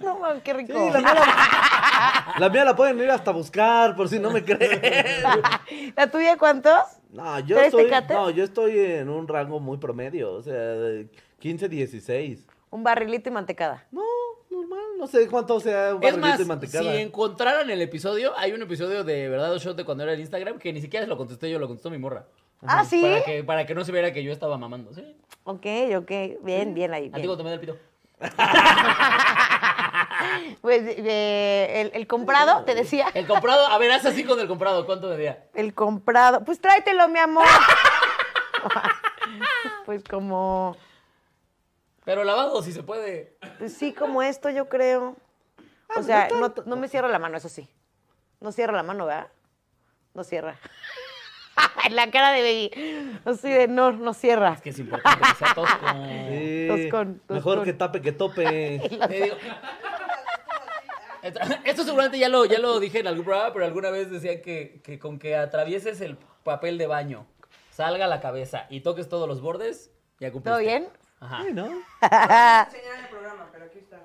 No, mames, qué rico.
Sí, la mía la... la mía la pueden ir hasta buscar, por si no me creen.
¿La tuya cuántos?
No, yo
¿Tres
estoy,
tecates?
no, yo estoy en un rango muy promedio, o sea, de 15, 16.
Un barrilito y mantecada.
No, normal, no sé cuánto sea un
Es
barrilito
más,
de mantecada.
si encontraran el episodio, hay un episodio de Verdad o Shot de cuando era el Instagram que ni siquiera lo contesté yo, lo contestó mi morra.
¿Ah, sí?
Para que, para que no se viera que yo estaba mamando, ¿sí?
Ok, ok. Bien, bien ahí. bien.
Antiguo tomé del pito.
Pues, eh, el, el comprado, te decía.
El comprado, a ver, haz así con el comprado, ¿cuánto medía?
El comprado. Pues tráetelo, mi amor. pues como.
Pero lavado, si se puede.
Pues sí, como esto, yo creo. O sea, Ah, pues, no, no me cierra la mano, eso sí. No cierra la mano, ¿verdad? No cierra. En la cara de baby. Así de no, no cierra.
Es que es importante que sea tosco.
Sí.
Toscón,
Mejor
toscón.
que tape que tope.
Te digo- Esto, esto seguramente ya lo, ya lo dije en algún programa, pero alguna vez decían que, que con que atravieses el papel de baño, salga la cabeza y toques todos los bordes, ya cumpliste.
¿Todo bien?
Ajá.
Sí, ¿no?
enseñar en el programa, pero aquí está.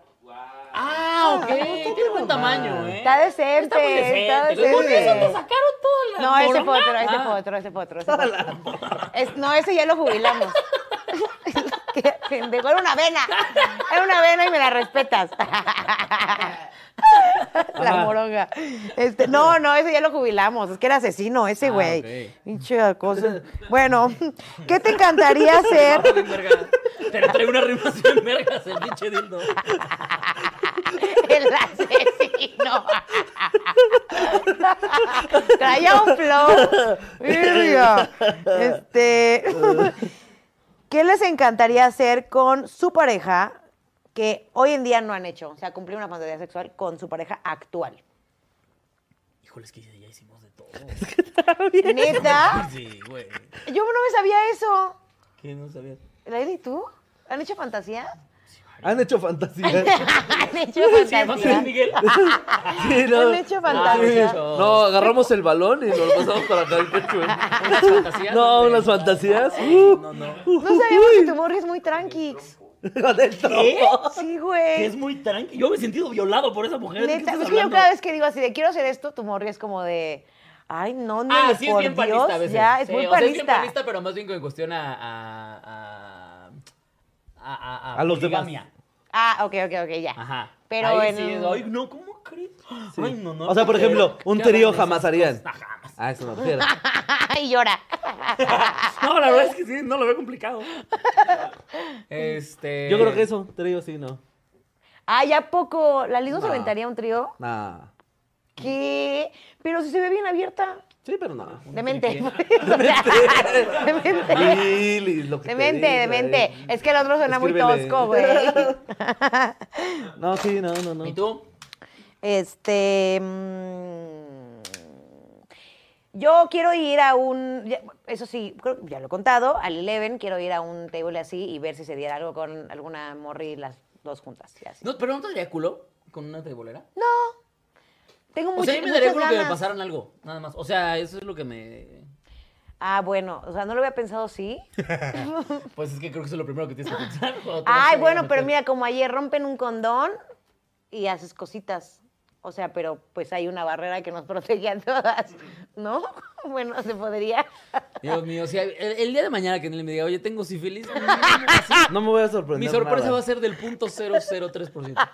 Ah, ok. Tiene buen tamaño, ¿eh?
Está decente.
Está muy
está
decente. Los bordes
decente.
donde sacaron toda la
No, ese fue
moronga.
otro, ese fue
Ah.
otro, ese fue otro. ese fue otro. Es- no, ese ya lo jubilamos. Qué pendejo, era una vena. Era una vena y me la respetas. la moronga. Este, no, no, ese ya lo jubilamos. Es que era asesino ese
Ah,
güey.
ok.
Pinche cosa. Bueno, ¿qué te encantaría hacer?
Está bien, verga. Pero trae una rimas bien vergas el pinche dildo.
El asesino. Traía un flow. Virga. Este. ¿Qué les encantaría hacer con su pareja que hoy en día no han hecho? O sea, cumplir una fantasía sexual con su pareja actual.
Híjole, es que ya hicimos de todo.
Neta.
Sí, güey.
Yo no me sabía eso.
¿Qué no sabías?
Laila, ¿y tú? ¿Han hecho fantasía?
Han hecho fantasía.
¿Han hecho
Sí, ¿no, San
fantasía?
Miguel?
Sí, ¿no?
¿Han hecho fantasía?
Sí. No, agarramos el balón y nos lo pasamos para acá. el pecho, güey.
¿Unas fantasías?
No,
hombre?
unas fantasías. Uh,
Ay, No, no.
No sabíamos que tu Borges es muy tranquix.
Con el
¿Qué?
trompo.
Sí, güey.
Que es muy tranqui. Yo me he sentido violado por esa mujer. ¿De qué
Neta,
estás
es que yo
hablando?
cada vez que digo así de quiero hacer esto, tu morgue es como de. Ay, no, no,
Ah,
por
sí, es bien
Dios,
panista a veces.
ya, es
Sí,
muy
o sea, es bien
panista.
panista, pero más bien con cuestión a... A, a, a, a,
A los demás.
poligamia.
Ah, ok, ok, ok, ya.
Ajá.
Pero
Ahí
en-
sí es, Ay, no, ¿cómo crees? Ay, no, no.
O sea, por
¿qué
ejemplo,
hago?
un
¿Qué hago
trío
con esas
jamás harían.
cosas? Ah, jamás.
Ah, eso no quiero.
y llora.
No, la verdad es que sí, no lo veo complicado. Este...
Yo creo que eso, trío sí, no.
Ay, ¿a poco? ¿La Liz no se
No.
aventaría un trío?
Nah.
¿Qué? Pero si se ve bien abierta.
Sí, pero no.
Demente.
tripié.
Demente.
Lilis, lo que te
Demente,
diga,
demente.
eh.
Es que el otro suena muy
Escríbele.
tosco, güey.
No, sí, no, no, no.
¿Y tú?
Este. mm, Yo quiero ir a un. ya- Eso sí, creo que ya lo he contado. Al Eleven quiero ir a un table así y ver si se diera algo con alguna morri las dos juntas. y así.
No, pero no te daría culo con una tribolera.
Tengo
o
mucho,
sea, a mí me daría
muchas
culo que me
ganas.
pasaran algo, nada más. O sea, eso es lo que me.
Ah, bueno. O sea, no lo había pensado así.
Pues es que creo que eso es lo primero que tienes que pensar. cuando te vas
Ay,
a
bueno, pero
meter.
mira, como ayer rompen un condón y haces cositas. O sea, pero pues hay una barrera que nos protege a todas, ¿no? Bueno, se podría.
Dios mío, si el, el día de mañana que Nelly me diga, oye, tengo sífilis. no, no, no,
No me voy a sorprender.
Mi sorpresa
nada.
va a ser del punto 003%.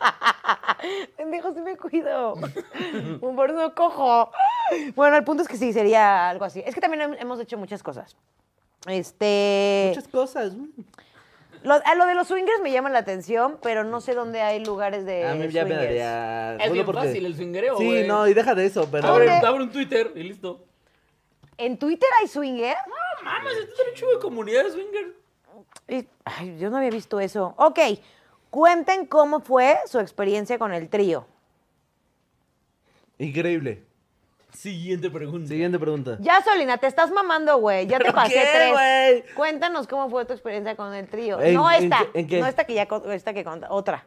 Pendejo, sí me cuido. Un bordo cojo. Bueno, el punto es que sí, sería algo así. Es que también hem- hemos hecho muchas cosas. Este.
Muchas cosas. mm.
Lo, a lo de los swingers me llama la atención, pero no sé dónde hay lugares de.
Ah, A mí ya me
swingers.
daría.
Es
culo
bien fácil el swingereo,
Sí,
güey.
no, y deja de eso, pero.
Abre,
¿Dónde?
abre un Twitter y listo.
¿En Twitter hay swinger?
No mames, esto es un chulo de comunidad de swinger.
Y- Ay, yo no había visto eso. Ok, cuenten cómo fue su experiencia con el trío.
Increíble.
Siguiente pregunta.
Siguiente pregunta.
Ya, Solina, te estás mamando, güey. Ya te
¿Pero
pasé
qué,
tres.
güey?
Cuéntanos cómo fue tu experiencia con el trío.
¿En-
no
en
esta.
qué- en qué?
No esta que ya con- esta que conta. Otra.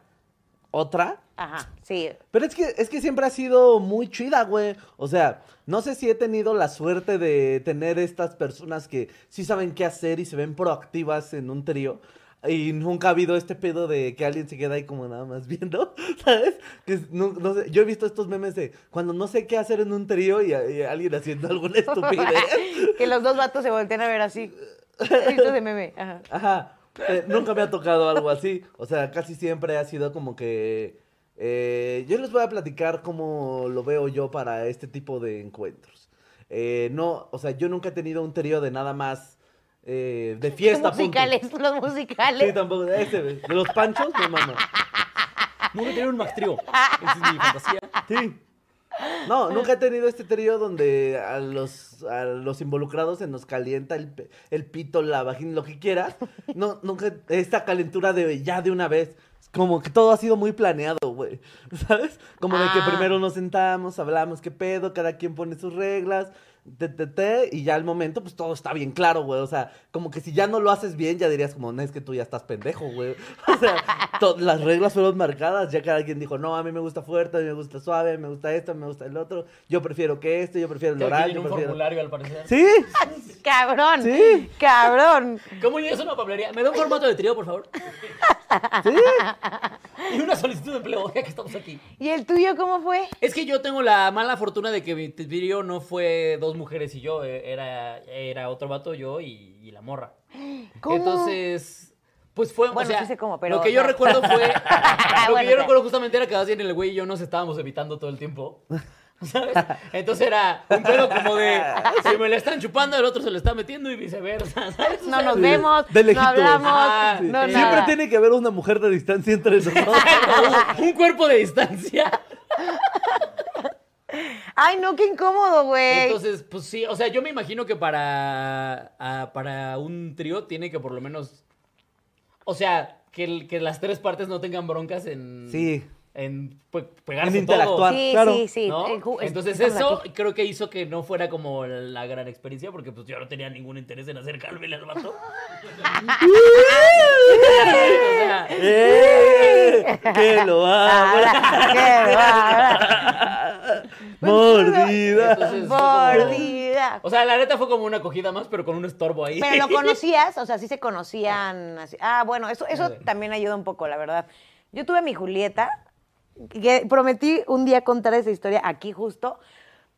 ¿Otra?
Ajá, sí.
Pero es que, es que siempre ha sido muy chida, güey. O sea, no sé si he tenido la suerte de tener estas personas que sí saben qué hacer y se ven proactivas en un trío. Y nunca ha habido este pedo de que alguien se queda ahí como nada más viendo, ¿sabes? Que es- no, no sé, yo he visto estos memes de cuando no sé qué hacer en un trío y, a- y alguien haciendo alguna estupidez.
que los dos vatos se voltean a ver así. He visto de meme. Ajá.
Ajá. Eh, nunca me ha tocado algo así. O sea, casi siempre ha sido como que. eh, yo les voy a platicar cómo lo veo yo para este tipo de encuentros. Eh, no, o sea, yo nunca he tenido un trío de nada más eh, de fiesta.
los
punto.
musicales, los
Sí,
musicales.
tampoco. Ese, güey. de los panchos, no mames.
Nunca he tenido un max trío. Esa es mi fantasía.
Sí. No, nunca he tenido este trío donde a los, a los involucrados se nos calienta el, pe- el pito, la vagina, lo que quieras. No, nunca esta calentura de ya de una vez. Como que todo ha sido muy planeado, güey. ¿Sabes? Como de que
Ah.
primero nos sentamos, hablamos qué pedo, cada quien pone sus reglas. te, te, te, y ya al momento, pues todo está bien claro, güey. O sea, como que si ya no lo haces bien, ya dirías como, no, es que tú ya estás pendejo, güey. O sea, to- las reglas fueron marcadas, ya cada quien dijo, no, a mí me gusta fuerte, a mí me gusta suave, me gusta esto, me gusta el otro, yo prefiero que este, yo prefiero el
Tiene
oral, yo
un
prefiero...
formulario al parecer.
Sí,
Cabrón.
Sí.
Cabrón.
¿Cómo llegas a una papelería? ¿Me da un formato de trío, por favor?
sí.
Y una solicitud de empleo, ya que estamos aquí.
¿Y el tuyo cómo fue?
Es que yo tengo la mala fortuna de que mi trío no fue dos mujeres y yo, eh, era, era otro vato, yo y, y la morra.
¿Cómo?
Entonces, pues fue, o
Bueno,
sea,
sí sé cómo, pero
lo que yo
no.
recuerdo fue, lo
Bueno,
que yo
ya.
recuerdo justamente era que así en el güey y yo nos estábamos evitando todo el tiempo. ¿Sabes? Entonces era un pedo como de si me la están chupando, el otro se le está metiendo y viceversa, ¿sabes? O
No
sea,
nos vemos,
de
no
lejitos.
hablamos,
Ah,
Sí.
no
sí.
nada.
Siempre tiene que haber una mujer de distancia entre nosotros.
un cuerpo de distancia.
Ay, no, qué incómodo, güey.
Entonces, pues sí, o sea, yo me imagino que para, a- para un trío tiene que por lo menos. O sea, que, el- que las tres partes no tengan broncas en.
Sí.
En pe- pegarse
En interactuar,
todo,
sí,
claro.
sí, sí.
¿no?
el ju- es-
Entonces,
estamos
eso
aquí.
creo que hizo que no fuera como la gran experiencia, porque pues yo no tenía ningún interés en acercarme al vato. o sea,
¡Eh! ¡Que lo
Ahora,
hago!
¿qué va? Ahora,
¡Mordida!
entonces, fue como-
mordida.
O sea, la neta fue como una acogida más, pero con un estorbo ahí.
Pero lo conocías, o sea, sí se conocían. así. Ah, bueno, eso, eso también ayuda un poco, la verdad. Yo tuve a mi Julieta, que prometí un día contar esa historia aquí justo,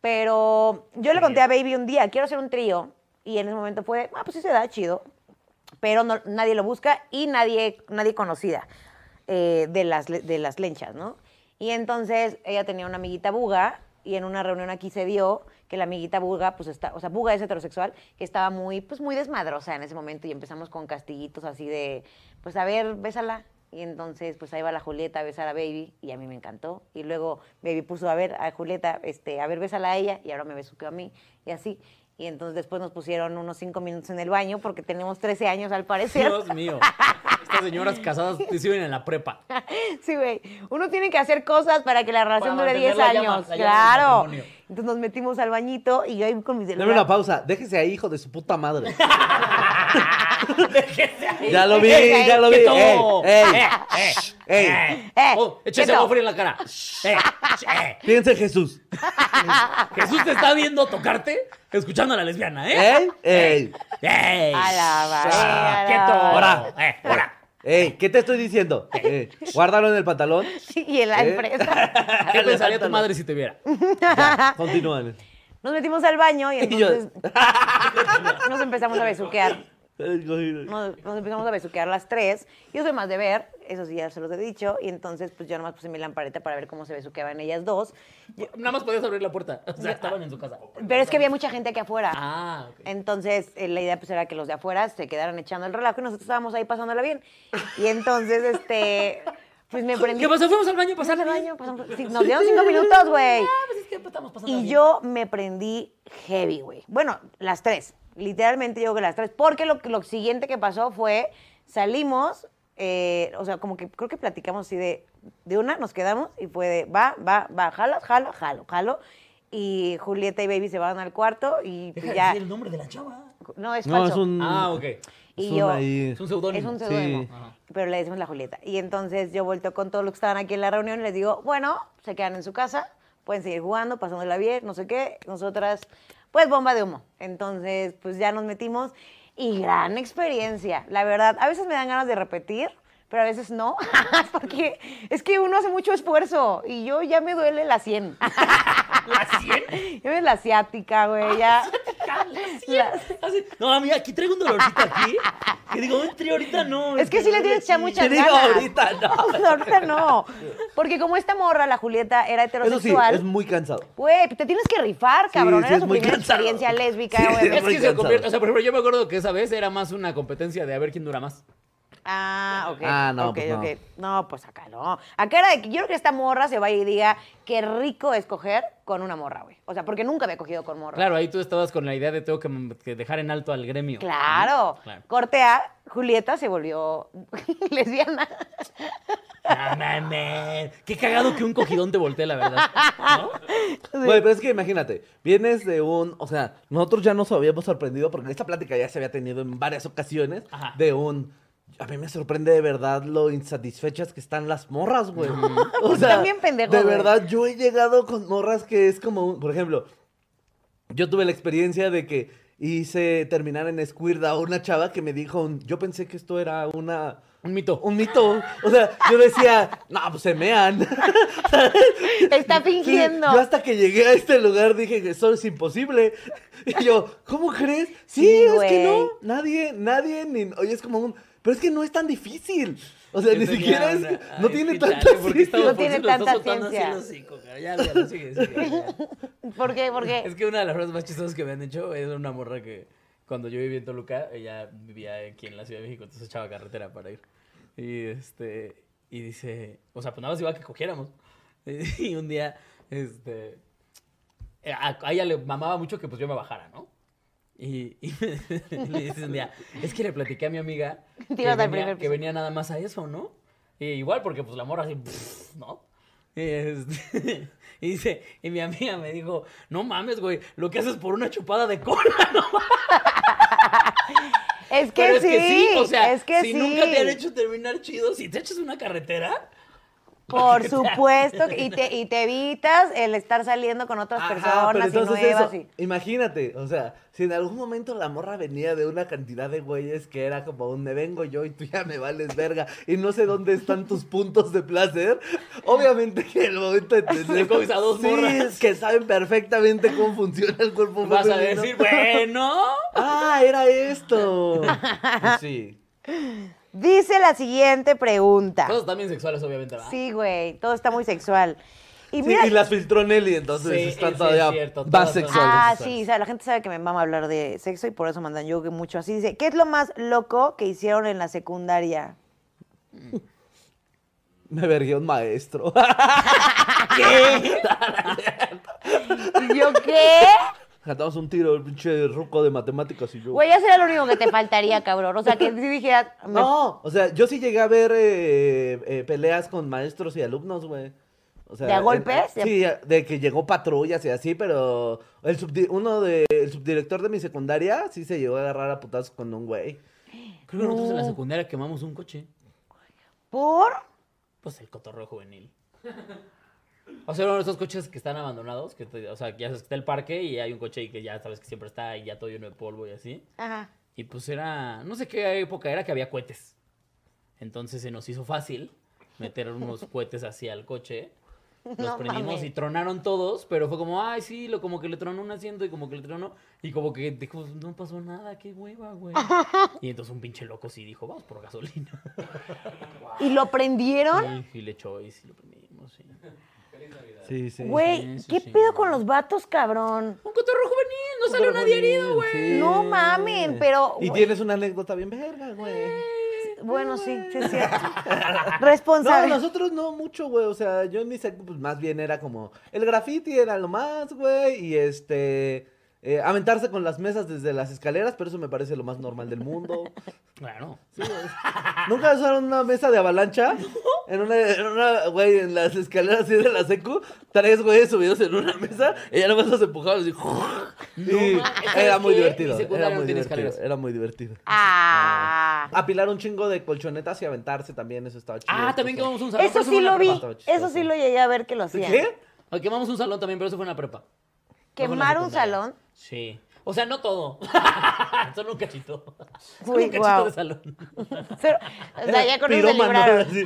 pero yo le conté a Baby un día, quiero hacer un trío, y en ese momento fue, ah, pues sí se da, chido, pero no- nadie lo busca y nadie, nadie conocida eh, de, las, le- de las lenchas, ¿no? Y entonces ella tenía una amiguita buga y en una reunión aquí se dio que la amiguita buga, pues está, o sea, buga es heterosexual, que estaba muy, pues muy desmadrosa en ese momento y empezamos con castillitos así de, pues a ver, bésala. Y entonces, pues ahí va la Julieta a besar a Baby y a mí me encantó. Y luego Baby puso a ver a Julieta, este, a ver, bésala a ella y ahora me besuqueó a mí y así. Y entonces después nos pusieron unos cinco minutos en el baño porque tenemos 13 años al parecer.
Dios mío. Estas señoras casadas te siguen en la prepa.
Sí, güey. Uno tiene que hacer cosas para que la relación
Para
dure 10
mantener la llama,
años.
la llama del
claro.
matrimonio.
Entonces nos metimos al bañito y yo ahí con mis
Dame una pausa. Déjese ahí, hijo de su puta madre. Ya lo vi,
Déjese
ya
ahí,
lo vi. ¡Ey!
¡Quieto!
¡Ey!
¡Eh!
¡Ey!
Eh,
Oh, échese
quieto.
agua fría en la cara. Eh, eh.
Piensa en Jesús.
Jesús te está viendo tocarte, escuchando a la lesbiana, ¿eh?
¡Ey! ¡Ey!
¡Ey!
A la
Ah,
varea,
¡Quieto!
a la
Ahora.
¡Eh! ¡Hora!
¡Ey! ¿Qué te estoy diciendo? Eh, guárdalo en el pantalón.
varea. Y en la
¿Eh?
empresa.
¿Qué pensaría tu madre si te viera?
Continúan.
Nos metimos al baño y
Y yo-
entonces nos empezamos a besuquear. Nos, nos empezamos a besuquear las tres. Yo soy más de ver, eso sí ya se los he dicho. Y entonces, pues yo nomás puse mi lampareta para ver cómo se besuqueaban ellas dos.
Nada más podías abrir la puerta. O sea, estaban en su casa.
Pero es que había mucha gente aquí afuera.
Ah, ok.
Entonces, eh, la idea pues era que los de afuera se quedaran echando el relajo y nosotros estábamos ahí pasándola bien. Y entonces, este, pues me prendí.
¿Qué pasó? Fuimos al baño a pasar
Pasamos al
la
baño, pasamos- sí, nos dieron cinco minutos, güey.
Pues es que estamos pasando
Y
bien.
yo me prendí heavy, güey. Bueno, las tres. Literalmente yo creo que las tres. Porque lo, lo siguiente que pasó fue, salimos, eh, o sea, como que creo que platicamos así de, de una, nos quedamos y fue de, va, va, va, jalo, jalo, jalo, jalo. Y Julieta y Baby se van al cuarto y
Deja de
ya...
decir el nombre de la chava.
No, es
No,
falso.
es un.
Ah, ok.
Y
es un
yo-
ahí.
Es un seudónimo.
Es un seudónimo.
Sí.
Ajá.
Pero le decimos la Julieta. Y entonces yo vuelto con todos los que estaban aquí en la reunión y les digo, bueno, se quedan en su casa, pueden seguir jugando, pasándola bien, no sé qué. Nosotras, pues bomba de humo. Entonces, pues ya nos metimos y gran experiencia. La verdad, a veces me dan ganas de repetir. Pero a veces no, porque es que uno hace mucho esfuerzo y yo ya me duele la 100.
¿La 100?
Ya me la asiática, güey, ya. La-
Así, No, amiga, aquí traigo un dolorcito aquí. Que digo, un trío ahorita no. este,
Es que sí le tienes que echar
mucho.
muchas
Te digo,
ganas.
ahorita no.
No, ahorita no. Porque como esta morra, la Julieta, era
Eso sí,
heterosexual.
es muy cansado.
Güey, te tienes que rifar, cabrón.
sí,
era
es
su
muy
primera
cansado.
experiencia lésbica,
Sí,
güey.
Es
Muy
que se
cansado.
convierte, o sea, por ejemplo, yo me acuerdo que esa vez era más una competencia de a ver quién dura más.
Ah, ok.
Ah, no,
ok,
pues no.
ok. No, pues acá no. Acá era de que yo creo que esta morra se vaya y diga qué rico es coger con una morra, güey. O sea, porque nunca había cogido con morra.
Claro, ahí tú estabas con la idea de tengo que, que dejar en alto al gremio.
Claro.
¿no? Claro.
Corte A, Julieta se volvió lesbiana.
Nah, nah, mames. Qué cagado que un cogidón te voltee, la verdad. ¿No?
Güey, pero es que imagínate, vienes de un, o sea, nosotros ya nos habíamos sorprendido porque esta plática ya se había tenido en varias ocasiones
Ajá.
de un a mí me sorprende de verdad lo insatisfechas que están las morras, güey. O sea,
Están bien pendejos,
de
güey.
verdad yo he llegado con morras que es como, un- por ejemplo, yo tuve la experiencia de que hice terminar en Squirda a una chava que me dijo, un- yo pensé que esto era una
Un mito.
un mito, o sea, yo decía, no, pues se mean.
Te está
Sí,
fingiendo.
Yo hasta que llegué a este lugar dije que eso es imposible. Y yo, ¿cómo crees? Sí,
Sí,
es
güey.
que no. Nadie, nadie, ni, oye, es como un... Pero es que no es tan difícil. O sea,
Yo
ni
tenía
siquiera es...
una-
no
Ay,
tiene
sí,
tanta
chale, ¿por qué estaba-
ciencia.
No tiene
por qué se lo está
tanta
soltando así el
ciencia.
hocico, cabrón? Ya, ya, sigue, sigue, ya.
¿Por qué? ¿Por qué?
Es que una de las frases más chistosas que me han hecho es una morra que cuando yo vivía en Toluca, ella vivía aquí en la Ciudad de México, entonces echaba carretera para ir. Y este, y dice, o sea, pues nada más iba a que cogiéramos. Y un día, este, eh, a, a ella le mamaba mucho que pues yo me bajara, ¿no? Y, y le dice un día, es que le platiqué a mi amiga que
Te ibas al
venía,
primer
que
piso.
venía nada más a eso, ¿no? Y igual, porque pues la morra así, pff, ¿no? Y, este, y dice, y mi amiga me dijo, no mames, güey, lo que haces por una chupada de cola, ¿no?
Es que
Pero
sí.
es que sí, o sea,
es que
si
sí.
nunca te han hecho terminar chido, si te echas una carretera,
Por supuesto. que- Y te, y te evitas el estar saliendo con otras
Ajá, pero
personas y
entonces
nuevas.
eso,
y-
imagínate, o sea, si en algún momento la morra venía de una cantidad de güeyes que era como un me vengo yo y tú ya me vales verga y no sé dónde están tus puntos de placer, obviamente que el momento de tener
coges a dos
Sí,
morras.
que saben perfectamente cómo funciona el
Pues,
cuerpo
vas a
femenino.
decir, pues. bueno,
Ah, era esto.
Ah.
Pues sí.
Dice la siguiente pregunta.
cosas también sexuales, obviamente, ¿verdad?
Sí, güey. Todo está muy sexual. Y
Sí,
mira.
y las filtró Nelly, entonces
Sí,
están
sí,
todavía
es cierto, todas
más
son-
sexuales.
Ah,
sexuales.
sí, o sea, la gente sabe que me mama hablar de sexo y por eso mandan yo mucho así. Dice, ¿qué es lo más loco que hicieron en la secundaria?
Me vergué un maestro.
¿Y yo qué?
Cantamos un tiro, el pinche ruco de matemáticas y yo.
Güey, ya sería lo único que te faltaría, cabrón. O sea, que si dijeras... me-
No, o sea, yo sí llegué a ver eh, eh, peleas con maestros y alumnos, güey. O sea,
¿De a
en-
golpes?
sí, de que llegó patrullas y así, pero el subdi- uno de, el subdirector de mi secundaria sí se llegó a agarrar a putazos con un güey.
Creo que nosotros en la secundaria quemamos un coche.
¿Por?
Pues el cotorreo juvenil. O sea, uno de esos coches que están abandonados, que te- o sea, que ya sabes que está el parque y hay un coche y que ya sabes que siempre está y ya todo lleno de polvo y así.
Ajá.
Y pues era, no sé qué época era que había cohetes. Entonces se nos hizo fácil meter unos cohetes hacia el coche. Los
No
prendimos
mames.
y tronaron todos, pero fue como, ay, sí, lo, como que le tronó un asiento y como que le tronó. Y como que dijo, no pasó nada, qué hueva, güey. y entonces un pinche loco sí dijo, vamos por gasolina.
¿Y lo prendieron?
Y, y le echó y sí lo prendimos, sí.
Sí, sí.
Güey,
sí,
¿qué
sí,
pedo
no.
con los vatos, cabrón?
Un cotorro juvenil, no salió nadie herido, güey.
No mamen, pero,
Y
güey. Eh,
tienes una anécdota bien verga, güey.
Bueno, sí, sí es cierto.
Ah. No,
Responsable.
nosotros no mucho, güey. O sea, yo en mi sec, pues más bien era como. El graffiti era lo más, güey. Y este. eh, aventarse con las mesas desde las escaleras, pero eso me parece lo más normal del mundo.
Claro.
¿Nunca usaron una mesa de avalancha? En una, en una, güey, en las escaleras así de la secu, tres güeyes subidos en una mesa, y ya nomás los empujaban así. y
mames.
era muy
¿Qué?
divertido,
Mi secundaria
era
no
muy divertido,
tiene escaleras.
era muy divertido.
Ah.
Apilar un chingo de colchonetas y aventarse también, eso estaba chido.
Ah,
Eso
también
fue-
quemamos un salón.
Eso
pero
sí
fue en la
lo vi.
prepa.
estaba chistoso.
Eso sí lo llegué a ver que lo hacían.
¿Qué?
Ah, Quemamos un salón también, pero eso fue en la prepa. No fue en la
¿Quemar un
secundaria.
salón?
Sí. O sea, no todo. Solo un cachito. Solo
Uy,
un cachito
guau.
de salón.
Pero, o sea,
Era
ya con eso se
pirómano,
libraron.
así.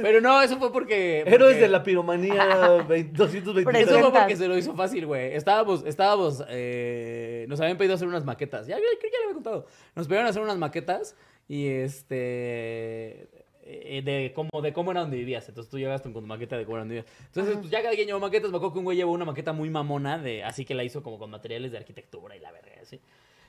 Pero no, eso fue porque. porque-
Héroes de la piromanía 20- 223.
Eso fue
Presentas.
porque se lo hizo fácil, güey. Estábamos, estábamos, eh, nos habían pedido hacer unas maquetas. Ya, ya- creo que ya lo había contado. Nos pidieron hacer unas maquetas y este, eh, de cómo, de cómo era donde vivías. Entonces tú llegaste con tu maqueta de cómo era donde vivías. Entonces, pues ya cada quien llevó maquetas. Me acuerdo que un güey llevó una maqueta muy mamona, de, así que la hizo como con materiales de arquitectura y la verga, así.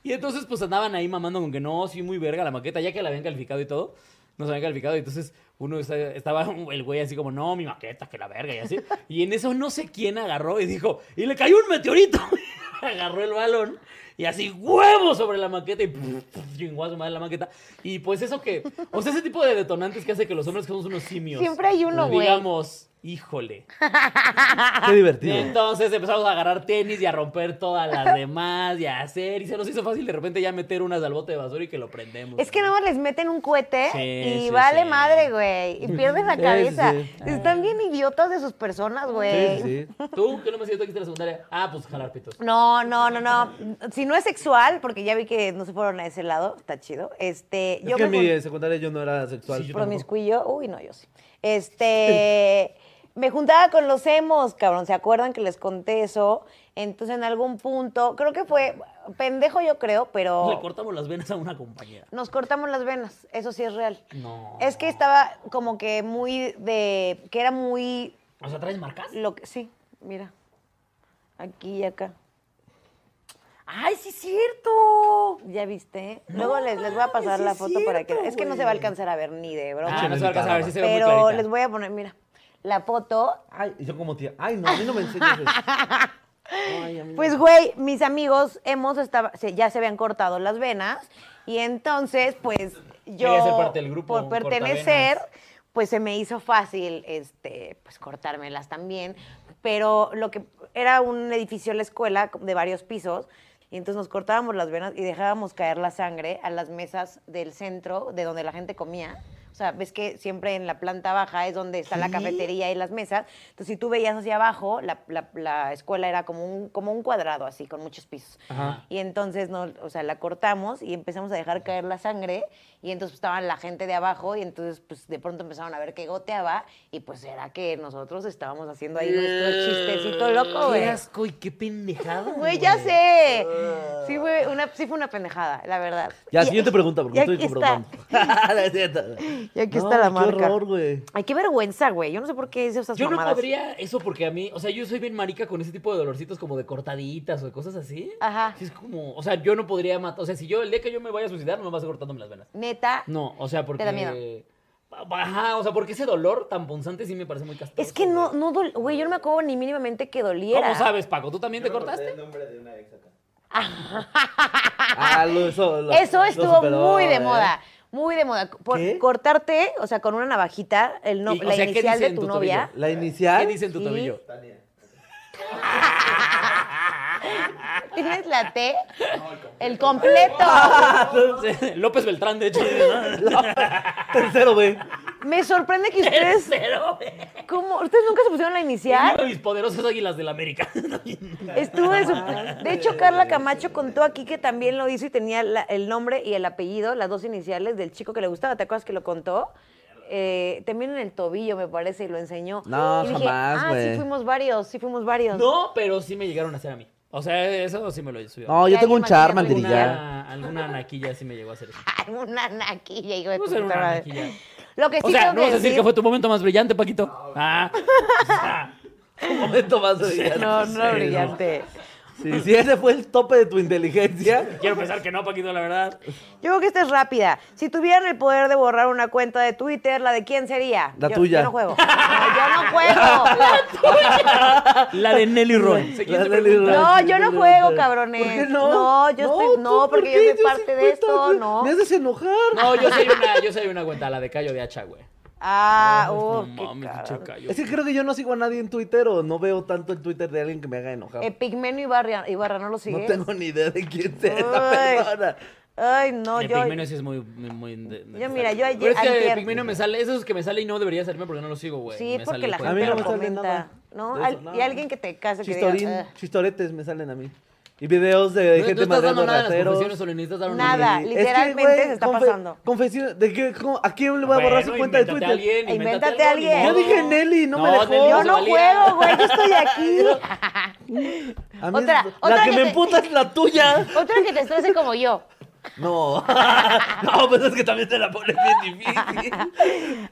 Y entonces, pues andaban ahí mamando con que no, sí, muy verga la maqueta, ya que la habían calificado y todo. Nos habían calificado, y entonces uno está- estaba el güey así como, no, mi maqueta, que la verga, y así. Y en eso no sé quién agarró y dijo, y le cayó un meteorito. agarró el balón Y así, huevo sobre la maqueta. Y pf, pf, chingó a su madre la maqueta. Y pues eso que. O sea, ese tipo de detonantes que hace que los hombres somos unos simios.
Siempre hay uno, güey.
Digamos, híjole.
Qué
Y
divertido.
entonces empezamos a agarrar tenis y a romper todas las demás y a hacer. Y se nos hizo fácil de repente ya meter unas al bote de basura y que lo prendemos.
Es que nada más les meten un cohete
Sí,
y
sí,
vale
sí.
madre, güey. Y pierden la
Sí,
cabeza.
sí,
Están bien idiotas de sus personas, güey.
Sí, sí.
¿Tú? ¿Qué no me siento aquí en la secundaria? Ah, pues jalar pitos.
No, no, no, no. Si no es sexual, porque ya vi que no se fueron a ese lado, está chido. Este,
Es que en
me
mi
jun-
eh, secundaria yo no era sexual.
Sí, yo tampoco.
promiscuillo, uy, no, yo sí. Este, me juntaba con los emos, cabrón, ¿se acuerdan que les conté eso? Entonces, en algún punto, creo que fue pendejo yo creo,
Le
pero
cortamos las venas a una compañera.
nos cortamos las venas, eso sí es real.
No.
Es que estaba como que muy de que era muy
O sea, ¿traes marcas?
lo que sí, mira. Aquí y acá. ¡Ay, sí es cierto! Ya viste. Luego les, les voy a pasar
mames,
la
sí es
foto para que.
cierto,
Es que no se va a alcanzar a ver ni de broma.
Ah, no se va a alcanzar a ver si se ve muy
pero
clarita.
les voy a poner, mira, la foto.
Ay, y yo como tía. Ay, no, a mí no me enseñas eso. Ay, a mí no.
Pues, güey, mis amigos hemos estaba, se- ya se habían cortado las venas. Y entonces, pues, yo.
Quería ser parte del grupo,
Por
un
pertenecer,
cortavenas.
pues se me hizo fácil, este, pues, cortármelas también. Pero lo que era un edificio la escuela de varios pisos. Y entonces nos cortábamos las venas y dejábamos caer la sangre a las mesas del centro, de donde la gente comía. O sea, ves que siempre en la planta baja es donde está la cafetería y las mesas. Entonces, si tú veías hacia abajo, la, la- la escuela era como un, como un cuadrado así, con muchos pisos. Y entonces, no, o sea, la cortamos y empezamos a dejar caer la sangre. Y entonces pues, estaban la gente de abajo y entonces, pues, de pronto empezaron a ver que goteaba. Y pues, era que nosotros estábamos haciendo ahí nuestro chistecito loco,
Qué
güey.
asco Ah. y qué pendejada.
Güey, ya sé. Sí, güey, una, sí fue una pendejada, la verdad.
Ya,
Y-
siguiente pregunta, porque
y
me estoy
aquí está.
comprobando. No es cierto.
Y aquí
No,
está la
qué
marca.
horror, güey.
Ay, qué vergüenza, güey. Yo no sé por qué hice esas
Yo no
mamadas.
podría eso porque a mí, o sea, yo soy bien marica con ese tipo de dolorcitos como de cortaditas o de cosas así.
Ajá.
Sí, es como, o sea, yo no podría matar, o sea, si yo el día que yo me vaya a suicidar no me vas a cortándome las venas.
Neta.
No, o sea, porque
Te da miedo.
Ajá, o sea, porque ese dolor tan punzante sí me parece muy castigo.
Es que no, no, dol- güey, yo no me acuerdo ni mínimamente que doliera.
¿Cómo sabes, Paco? ¿Tú también te cortaste?
Ah, lo- eso, lo-
Eso
lo
estuvo
superó,
muy de
eh.
moda. Muy de moda. Por
¿Qué?
cortarte, o sea, con una navajita, el no-
Y, o
la
sea, ¿qué
inicial
dice
de
en
tu,
tu
novia.
tobillo?
La
¿Qué
inicial.
dice en tu
Sí.
tobillo?
Ah, Tienes la T, el completo.
López Beltrán, de hecho. ¿no?
Tercero, güey.
Me sorprende que ustedes.
Cero.
¿Cómo? ¿Ustedes nunca se pusieron la inicial?
Uno de mis poderosos águilas del América.
Estuvo de su- De hecho, Carla Camacho contó aquí que también lo hizo y tenía la- el nombre y el apellido, las dos iniciales del chico que le gustaba. ¿Te acuerdas que lo contó? Eh, también en el tobillo, me parece, y lo enseñó.
No,
y dije,
jamás,
Ah, sí
güey.
fuimos varios, sí fuimos varios.
No, pero sí me llegaron a hacer a mí. O sea, eso sí me lo subió.
No,
Ya,
yo tengo un
imagínate,
charm al
alguna-
dirigir.
alguna, alguna anaquilla sí me llegó a hacer eso.
Ay, una naquilla, hijo de
Vamos
tu
a hacer
puta
una
madre.
naquilla.
Lo que sí
O sea,
tengo
no vas a decir que fue tu momento más brillante, Paquito. Ah.
Un momento más brillante.
No, no, brillante.
Sí, si ese fue el tope de tu inteligencia.
Quiero pensar que no, Paquito, la verdad.
Yo creo que esta es rápida. Si tuvieran el poder de borrar una cuenta de Twitter, ¿la de quién sería?
La
Yo-
tuya.
Yo no juego. No, yo no juego.
La de Nelly Roy.
La Nelly Roy.
No, yo no juego, cabrones.
¿Por qué no?
No, yo estoy-
¿tú
no,
por
porque
qué?
yo soy
sí
parte de esto,
cuento,
no.
Me haces enojar.
No, yo soy una, yo soy una cuenta, la de Cayo de Hacha, güey.
Ah,
No
uh, qué
mames,
caro.
pinche Cayo.
Es que creo que yo no sigo a nadie en Twitter o no veo tanto el Twitter de alguien que me haga
Eh,
enojar.
Epigmenio Ibarra, Ibarra, ¿no lo sigues?
no tengo ni idea de quién sea esa
Ay.
persona.
Ay, no,
el
yo...
pigmeno sí es muy, muy, muy de- de-
Yo, mira, yo ayer-
Pero es que
ayer-
el pigmeno me sale, esos que me sale y no debería salirme porque no lo sigo, güey.
Sí,
Me
porque
sale
la
el
A mí
gente
no
juego.
me
lo
sale
comenta.
nada
¿No?
de eso,
Al-
nada.
y alguien que te case que eh.
Chistorín,
diga, "Ugh".
chistoretes me salen a mí. Y videos de
No, no
gente
estás dando
madreando
nada de las
rateros.
confesiones o le necesitas dar un
Nada.
nombre.
Es que,
Literalmente
güey,
se está
confe-
pasando.
Confesiones, ¿de qué? ¿Cómo? ¿A quién le voy a borrar su
Bueno,
cuenta de
invéntate
Twitter?
a alguien,
Invéntate a
ni
alguien.
modo.
Yo dije Nelly, no me dejó.
Nelly pues,
Yo
se
no
valía.
juego, güey, yo estoy aquí.
A mí
Otra-
es- la
otra
que,
que
me
te-
emputa es la tuya.
Otra que te estrese como yo.
No. no, pues es que también te la pones bien difícil.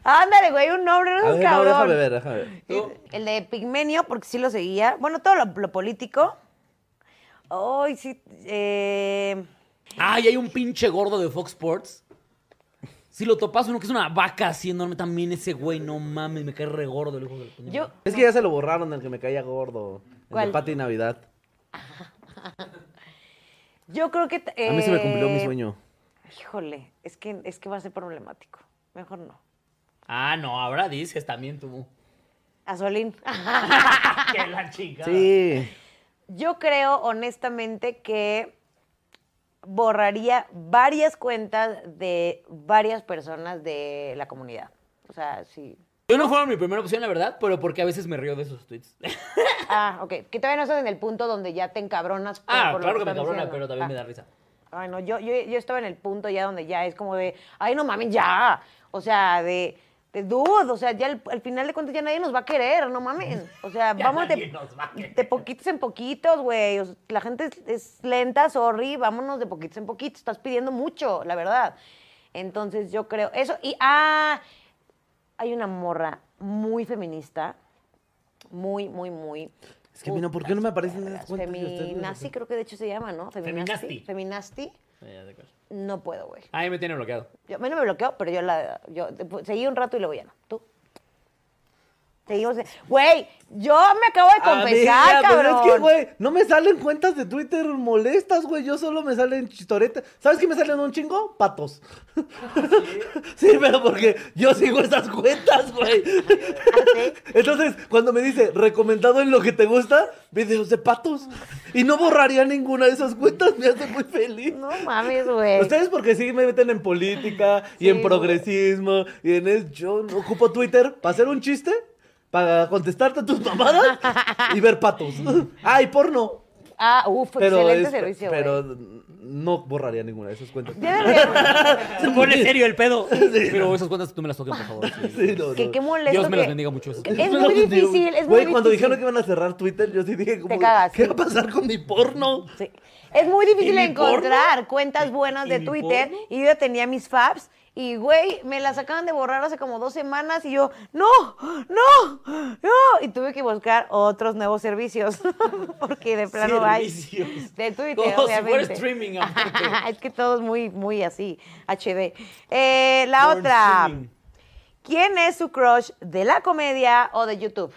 Ándale, güey, un nombre, no
A
seas
ver, no,
cabrón.
déjame ver, déjame ver.
El de Pigmenio, porque sí lo seguía. Bueno, todo lo, lo político. Ay, sí. eh,
Ay, hay un pinche gordo de Fox Sports. Si lo topas uno que es una vaca así enorme también ese güey, no mames, me cae re gordo el hijo de la puñal.
yo.
Es que ya se lo borraron el que me caía gordo. El
¿Cuál?
de Pati Navidad.
Yo creo que... t-
A mí se me cumplió mi
eh,
sueño.
Híjole, es que, es que va a ser problemático. Mejor no.
Ah, no, ahora dices también tú.
Azolín.
que la chica.
Sí.
Yo creo, honestamente, que borraría varias cuentas de varias personas de la comunidad. O sea, sí.
Yo no fueron mi primera opción, la verdad, pero porque a veces me río de esos tweets.
Ah, ok. Que todavía no estás en el punto donde ya te encabronas. por-
ah,
por lo
claro que me
están
cabrona,
diciendo.
pero también
Ah.
me da risa.
Ay, no, yo, yo, yo estaba en el punto ya donde ya es como de, ay, no mames, ya. O sea, de, de dude, o sea, ya al, al final de cuentas ya nadie nos va a querer, no mames. O sea,
Ya
vamos
nadie
de,
nos va a querer.
de poquitos en poquitos, güey. O sea, la gente es, es lenta, sorry, vámonos de poquitos en poquitos. Estás pidiendo mucho, la verdad. Entonces yo creo eso. Y, ah, hay una morra muy feminista, muy, muy, muy.
Es que, mira, ¿por qué no me aparecen esas cuentas de ustedes?
Feminazi, creo que de hecho se llama, ¿no?
Feminasti.
Feminasti.
Eh, ya sé cuál.
No puedo, güey.
Ah, ahí me tiene bloqueado.
Yo, a mí no me bloqueó, pero yo la yo de- seguí un rato y luego ya no. Tú. Seguimos. de- Güey, yo me acabo de confesar,
Amiga,
cabrón.
Pero Ah, pues es que, güey, no me salen cuentas de Twitter molestas, güey. Yo solo me salen chistoretas. ¿Sabes qué me salen un chingo? Patos. ¿Sí? pero porque yo sigo esas cuentas, güey.
Ah,
Entonces, cuando me dice recomendado en lo que te gusta, videos de patos. Y no borraría ninguna de esas cuentas. Me hace muy feliz.
No mames, güey.
Ustedes porque sí me meten en política y
Sí,
en
güey.
progresismo y en es yo no ocupo Twitter para hacer un chiste, para contestarte tus mamadas y ver patos. Ay, porno.
Ah, uff,
Pero
excelente
es-
servicio, güey.
Pero no borraría ninguna de esas cuentas.
Ya deberíamos-
Se pone serio el pedo. Pero esas cuentas tú me las toques, por favor. sí.
Sí, no,
que
no.
qué molesto.
Dios me los
que-
bendiga mucho esos
que Es
seres.
muy difícil, es muy
Güey, cuando
difícil.
dijeron que iban a cerrar Twitter, yo sí dije como,
cagas,
¿qué
sí.
va a pasar con mi porno?
Sí. Es muy difícil
mi
encontrar cuentas buenas
¿Y
de
mi
Twitter.
porno?
Y yo tenía mis faps. Y, güey, me las acaban de borrar hace como dos semanas. Y yo, no, no, no. Y tuve que buscar otros nuevos servicios. porque de plano hay.
Servicios.
De Twitter,
Como si fuera
obviamente.
streaming, aparte.
es que todo es muy, muy así. HD. Eh, la
Porn
otra.
streaming.
¿Quién es su crush de la comedia o de YouTube?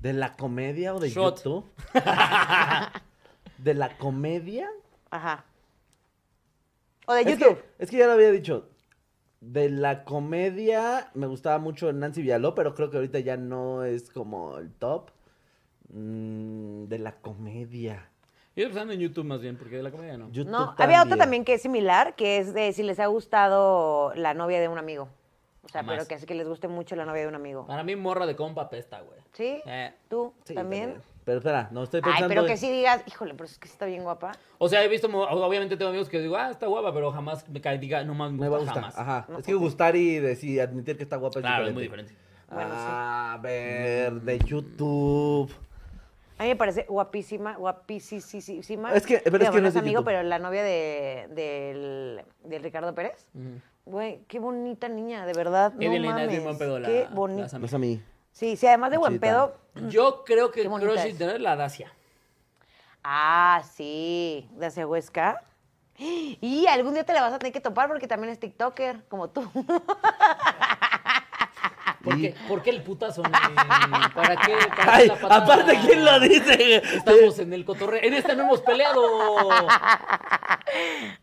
¿De la comedia o de
Shot.
YouTube? ¿De la comedia?
Ajá. O de
Es que-
YouTube.
Es que, ya lo había dicho. De la comedia me gustaba mucho Nancy Villaló, pero creo que ahorita ya no es como el top. Mm, de la comedia.
Yo estoy pensando en YouTube más bien, porque de la comedia no.
YouTube
No, había otra también que es similar, que es de si les ha gustado la novia de un amigo. O sea,
Jamás.
pero que hace que les guste mucho la novia de un amigo.
Para mí, morra de compa pesta, güey.
¿Sí?
Eh.
¿Tú
Sí,
también?
Pero espera, no estoy
Ay,
pensando.
pero
en-
que sí digas, híjole, pero es que sí está bien guapa.
O sea, he visto, mo- obviamente tengo amigos que digo, ah, está guapa, pero jamás me cae, diga, no más
Me va a gustar.
jamás.
Ajá. es que gustar y decir, admitir que está guapa
Claro, es muy diferente. Mm.
Bueno, sí.
A ver, de YouTube.
A mí me parece guapísima, guapísima.
Es que- pero es que no es de
amigo,
YouTube.
pero la novia de, del, del Ricardo Pérez. Güey, qué bonita niña, de verdad.
Qué
no
bien linda, es
mames,
bien buen pedo la-
Qué
la
bonita.
Sam.
No es a mí.
Sí, sí, además de buen
Chida.
pedo.
Yo creo que
Qué
el
bonita
crush
es.
es tener la Dacia.
Ah, sí, de hacia Huesca. Y algún día te la vas a tener que topar porque también es TikToker, como tú. Ah,
¿Por, qué, ¿Por qué el putazo? men? ¿Para qué? ¿Para
Ah,
qué
Ay,
la patada?
aparte, ¿quién lo dice?
Estamos en el cotorreo. En esta no hemos peleado.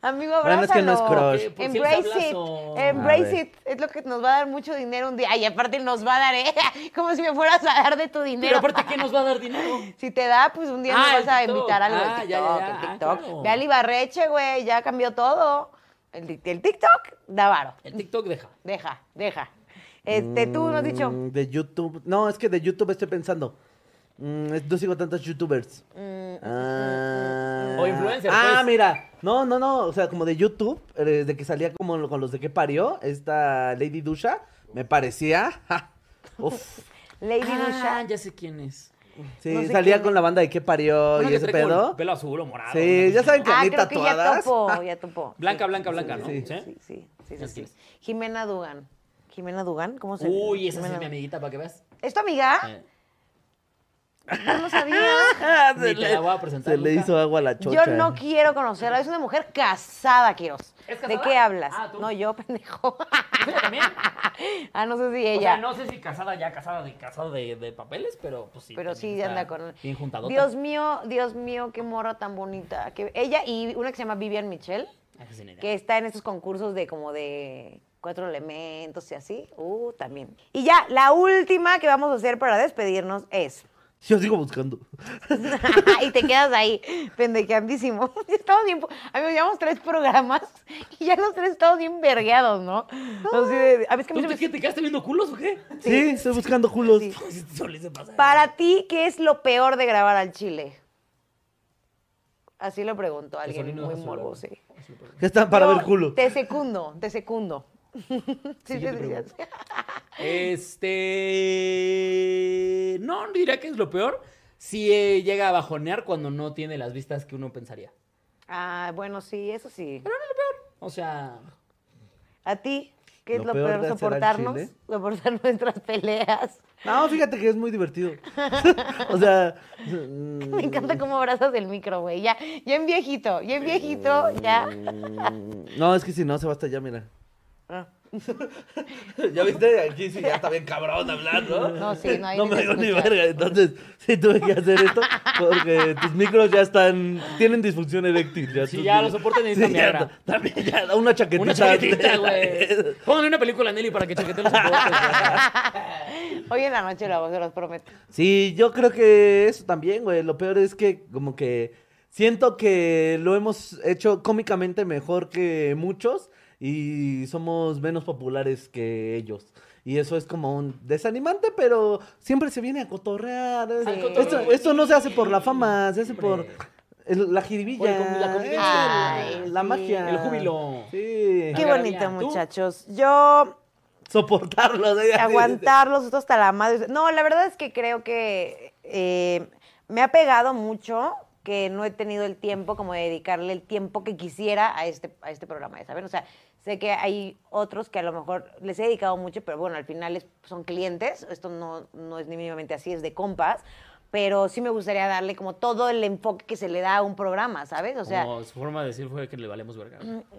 Amigo,
Bueno,
abrázalo.
es que no es crush.
¿Por qué el
Embrace it.
sablazo?
A
Embrace
ver.
it. Es lo que nos va a dar mucho dinero un día. Ay, aparte nos va a dar, ¿eh? Como si me fueras a dar de tu
Pero
dinero.
aparte, ¿qué nos va a dar dinero?
Si te da, pues un día
Ah,
nos
el
vas a
TikTok.
invitar algo
Ah,
del
ya, ya,
TikTok.
ya.
el
Ah,
TickTok.
claro.
Ve al Ibarreche, güey, ya cambió todo. El, tic- el TikTok da varo.
El TikTok deja.
Deja, deja. Este, tú nos has dicho.
Mm, De YouTube. No, es que de YouTube estoy pensando. Mm, es- no sigo tantos youtubers.
Mm,
Ah.
O influencer,
Ah,
pues.
mira. No, no, no. O sea, como de YouTube, eh, de que salía como lo- con los de que parió, esta Lady Dusha, me parecía. ja, Uf.
Lady Dusha.
Ah, ya sé quién es.
Sí,
No sé
salía
quién
con la banda de que parió
Una
y
que
ese
trae como
pedo.
el Pelo azul o morado.
Sí,
una
ya
cosa
saben
así.
que-
Ah,
ni
creo que ya
tatuadas.
topó, ya topó.
Blanca, blanca, blanca, ¿no?
Sí.
¿Sí?
Sí, sí, sí, sí,
¿Sabes quién
sí. Jimena Dugan. Jimena Dugan, ¿cómo se
Uy, esa sí
Jimena
es mi
Dugan.
amiguita, para que veas.
¿Es tu amiga?
Eh,
No lo sabía.
Ni te la voy a presentar
Ah, Se le
nunca.
hizo agua a la
Yo
chocha.
no quiero conocerla. Es una mujer casada, Quiroz.
¿Es casada?
¿De qué hablas?
Ah, tú.
No, yo, pendejo.
¿Ella también?
ah, no sé si ella.
O sea, no sé si casada ya, casada de casada de, de papeles, pero pues sí.
Pero
también
sí
está
anda con
Bien juntadota.
Dios mío, Dios mío, qué morra tan bonita. Que ella y una que se llama Vivian Michelle,
Ah, Esa es Nerea.
que está en estos concursos de como de cuatro elementos y así. Uh, también. Y ya, la última que vamos a hacer para despedirnos es.
Yo sigo buscando.
y te quedas ahí, pendejeandísimo. Estamos bien. po- Amigos, llevamos tres programas y ya los tres estamos bien vergueados, ¿no? Así de- a ver, es que a mí
¿Tú
se me-
te, qué, te quedaste viendo culos o qué?
Sí, estoy buscando culos.
Pues eso le se pasa.
Para ti, ¿qué es lo peor de grabar al chile? Así lo preguntó alguien
sonido
muy
de su
morbo,
voz.
sí.
Que están para
Yo
ver culo.
Te secundo, te secundo. Sí,
Siguiente
sí, sí,
pregunta.
sí.
Este. No, diría que es lo peor. Si eh, llega a bajonear cuando no tiene las vistas que uno pensaría.
Ah, bueno, sí, eso sí.
O sea,
¿A ti? ¿Qué es
Lo
lo
peor
peor?
de hacer al
soportarnos,
chile.
soportar nuestras peleas.
No, fíjate que es muy divertido. o sea,
Me encanta cómo abrazas el micro, güey. Ya, ya en viejito, ya en viejito, ya.
no, es que si no, se va hasta allá, mira.
Ah.
Ya viste, aquí sí ya está bien cabrón hablando.
No, sí, no hay
No
ni
me
que
dio ni
escuchar.
verga, entonces sí tuve que hacer esto porque tus micros ya están, tienen disfunción eréctil. Ya
Sí,
tus
ya
micros-
los soportan necesitan
ya,
Viagra.
ta- También ya, da una chaquetita.
una chaquetita, güey.
antes.
Póngale una película a Nelly para que chaquete los soportes, güey.
Hoy en la noche la voz, se los prometo.
Sí, yo creo que eso también, güey. Lo peor es que como que siento que lo hemos hecho cómicamente mejor que muchos y somos menos populares que ellos. Y eso es como un desanimante, pero siempre se viene a cotorrear. Es-
Al cotorreo,
Esto,
güey.
esto no se hace por la fama, se hace por
Hombre.
el- la jiribilla,
Por el convi- la convivencia,
eh,
güey.
la
Sí.
magia.
El júbilo.
Sí.
Qué
Ahora
bonito,
bien, ¿tú?
muchachos. Yo
Soportarlos. eh, así,
aguantarlos, esto hasta la madre. No, la verdad es que creo que eh, me ha pegado mucho que no he tenido el tiempo como de dedicarle el tiempo que quisiera a este, a este programa, ¿saben? O sea, sé que hay otros que a lo mejor les he dedicado mucho, pero bueno, al final es- son clientes, esto no, no es ni mínimamente así, es de compas, pero sí me gustaría darle como todo el enfoque que se le da a un programa, ¿sabes? O sea,
Como su forma de decir fue que le valemos verga.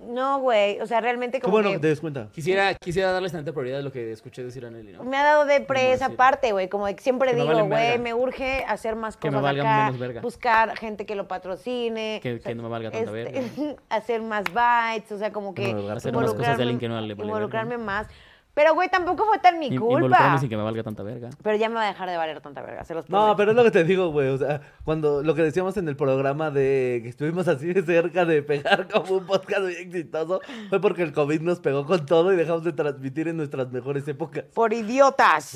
no, güey, o sea, realmente
Qué
como
bueno
que-
que te des cuenta.
Quisiera, quisiera darles tanta prioridad a lo que escuché decir a Nelly, ¿no?
Me ha dado depre
No,
esa
sí.
parte, güey. Como de que siempre
Que me
digo,
valen
güey,
verga.
me urge hacer más
Que me
cosas
valgan
acá.
menos verga.
Buscar gente que lo patrocine. este,
Que- que no me valga tanta verga.
Hacer más bites, o sea, como que.
Que me valga
Hacer más cosas de
involucrarme-
alguien que no le vale verga.
Involucrarme más. Pero, güey, tampoco fue tan mi
In-
culpa.
Involucrarme sin que me valga tanta verga.
Pero ya me va a dejar de valer tanta verga, se los
No,
prometo.
pero es lo que te digo, güey. O sea, cuando lo que decíamos en el programa de que estuvimos así de cerca de pegar como un podcast muy exitoso, fue porque el COVID nos pegó con todo y dejamos de transmitir en nuestras mejores épocas.
Por idiotas.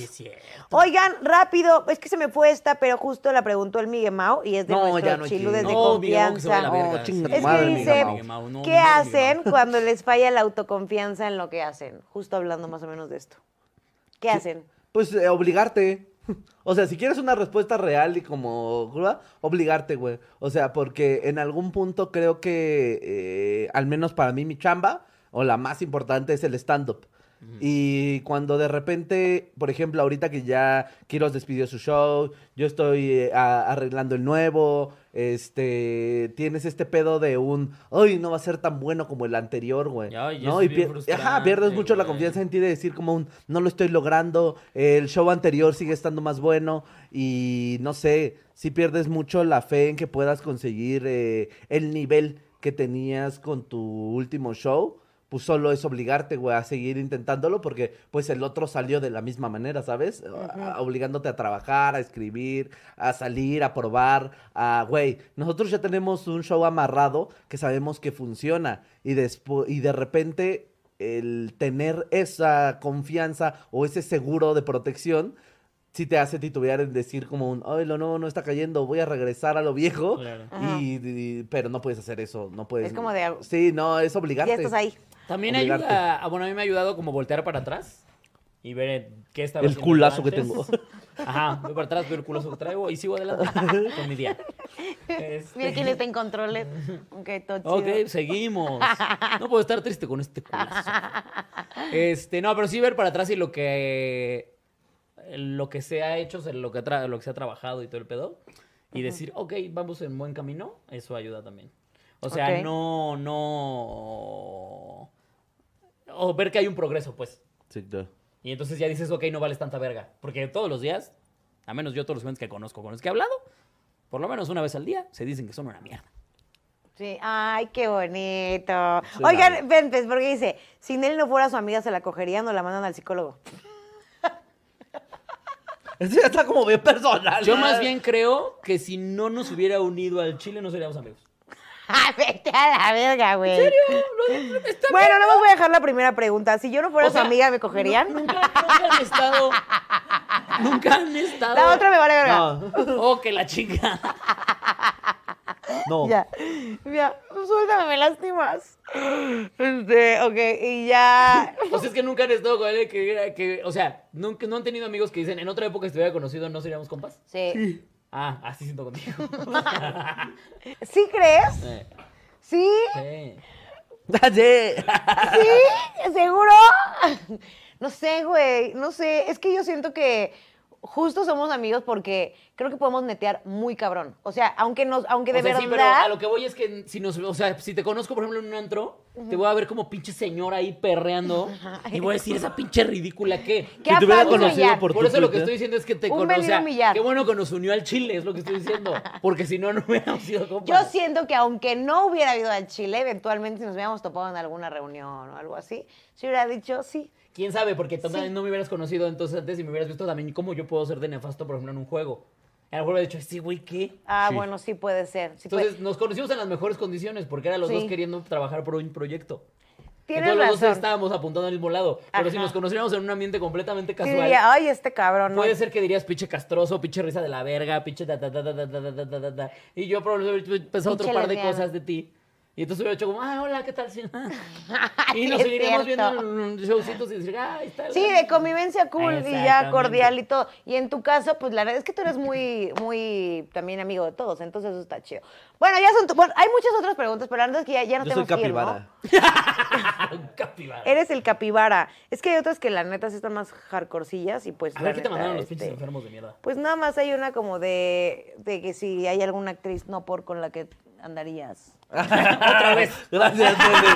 Oigan, rápido, es que se me fue esta, pero justo la preguntó el Miguel Mau y es de
No,
nuestro
ya no
chilu
chingues.
desde
No, Miguel, que se
confianza.
vaya a la verga.
Oh, chinga tu
Es que
madre,
dice,
Miguel
¿qué hacen cuando les falla la autoconfianza en lo que hacen? Justo hablando más o menos de esto. ¿Qué hacen?
Pues eh, obligarte. O sea, si quieres una respuesta real y como grúa, obligarte, güey. O sea, porque en algún punto creo que, eh, al menos para mí, mi chamba, o la más importante, es el stand-up. Y cuando de repente, por ejemplo, ahorita que ya Kiros despidió su show, yo estoy eh, a- arreglando el nuevo, este, tienes este pedo de un, ay, no va a ser tan bueno como el anterior, güey.
Ay, eso
¿no?
es bien
pier- Ajá, pierdes
frustrante,
mucho la
güey.
confianza en ti de decir como un no lo estoy logrando, el show anterior sigue estando más bueno y no sé, si pierdes mucho la fe en que puedas conseguir eh, el nivel que tenías con tu último show, pues solo es obligarte, güey, a seguir intentándolo porque pues el otro salió de la misma manera, ¿sabes? A- Obligándote a trabajar, a escribir, a salir, a probar, a, güey, nosotros ya tenemos un show amarrado que sabemos que funciona y, despu- y de repente el tener esa confianza o ese seguro de protección sí te hace titubear en decir como un, ay, lo nuevo no está cayendo, voy a regresar a lo viejo.
Claro.
Y, y- pero no puedes hacer eso, no puedes.
Es como de-
Sí, no, es obligarte.
Ya estás ahí.
También
Obligarte.
ayuda, ah, bueno, a mí me ha ayudado como voltear para atrás y ver eh, qué estaba
El
haciendo
culazo
yo
que
antes.
tengo.
Ajá, voy para atrás, veo el culazo que traigo y sigo adelante con mi día. Este,
Mira quién está en controles. Ok, todo chido.
Ok, seguimos. No puedo estar triste con este culazo. Este, no, pero sí ver para atrás y lo que lo que se ha hecho, se- lo que, tra- lo que se ha trabajado y todo el pedo, y decir, ok, vamos en buen camino, eso ayuda también. O sea,
Ok.
no, no... O ver que hay un progreso, pues.
Sí, claro.
Y entonces ya dices, ok, no vales tanta verga. Porque todos los días, a menos yo todos los clientes que conozco, con los que he hablado, por lo menos una vez al día, se dicen que son una mierda.
Sí, ay, qué bonito.
Sí,
Oigan,
la-
ven, pues, porque dice, si Nelly no fuera su amiga, se la cogerían o la mandan al psicólogo.
Esto ya está como bien personal.
Yo más bien creo que si no nos hubiera unido al Chile, no seríamos amigos.
Ay, Ah, vete a la verga, güey. ¿En serio? bueno, no voy a dejar la primera pregunta. Si yo no fuera
O sea,
su amiga, ¿me cogerían?
nu- Nunca, nunca han estado. Nunca han estado.
la otra me vale verga.
No,
Oh, que la chica.
no.
Ya, ya, suéltame, me lastimas. Este, ok, y ya.
O sea, es que nunca han estado con alguien que, era- que- O sea, nunca, no han tenido amigos que dicen, en otra época si te hubiera conocido, no seríamos compas.
Sí.
Ah, así siento contigo.
¿Sí crees?
Eh,
¿Sí?
sí.
¿Sí? ¿Seguro? No sé, güey, no sé. Es que yo siento que justo somos amigos porque creo que podemos netear muy cabrón. O sea, aunque nos, aunque de
O sea, sí,
verdad.
pero a lo que voy es que si nos, o sea, si te conozco, por ejemplo, en un antro, te voy a ver como pinche señora ahí perreando y voy a decir esa pinche ridícula que.
¿Qué
Si te hubiera
afán
conocido
humillar?
por-
Por eso lo que
Twitter.
estoy diciendo es que te
Un
conoce. O sea,
venir a humillar.
qué bueno que nos unió al Chile, es lo que estoy diciendo. Porque si no, no hubiéramos sido
Yo
compas.
siento que aunque no hubiera ido al Chile, eventualmente si nos hubiéramos topado en alguna reunión o algo así, si hubiera dicho sí.
¿Quién sabe? Porque también no me hubieras conocido entonces antes y me hubieras visto también cómo yo puedo ser de nefasto, por ejemplo, en un juego. A lo mejor hubiera dicho, sí, güey, ¿qué?
Ah,
Sí.
bueno, sí puede ser. Sí puede-
Entonces nos conocimos en las mejores condiciones porque eran los
Sí.
dos queriendo trabajar por un proyecto.
Tienes
Entonces los dos
razón.
estábamos apuntando al mismo lado. Pero si
Ajá.
nos conociéramos en un ambiente completamente
Sí
casual,
diría, ay, este cabrón. ¿no?
puede ser que dirías pinche castroso, pinche risa de la verga, pinche ta ta ta ta ta ta ta, ta, ta, ta, ta. Y yo probablemente hubiera pensado otro
Pinche
par de
lesbiana.
cosas de ti. Y entonces hubiera hecho como, ah, hola, ¿qué tal? Sí, nada.
Sí,
y nos
es
seguiríamos
cierto.
viendo en un showcitos y decir, ah, ahí está.
Sí, de convivencia cool y ya
Exactamente.
cordial y todo. Y en tu caso, pues la verdad es que tú eres muy, muy también amigo de todos, entonces eso está chido. Bueno, ya son, tu- bueno, hay muchas otras preguntas, pero antes que ya, ya no
Yo soy
tenemos que ir, ¿no?
capibara.
Capibara.
Eres el capibara. Es que hay otras que la neta sí están más hardcorecillas y pues.
A
la
ver qué te
neta,
mandaron los
este,
pinches enfermos de mierda.
Pues nada más hay una como de, de que si hay alguna actriz no por con la que andarías.
Otra vez.
Gracias, Nene.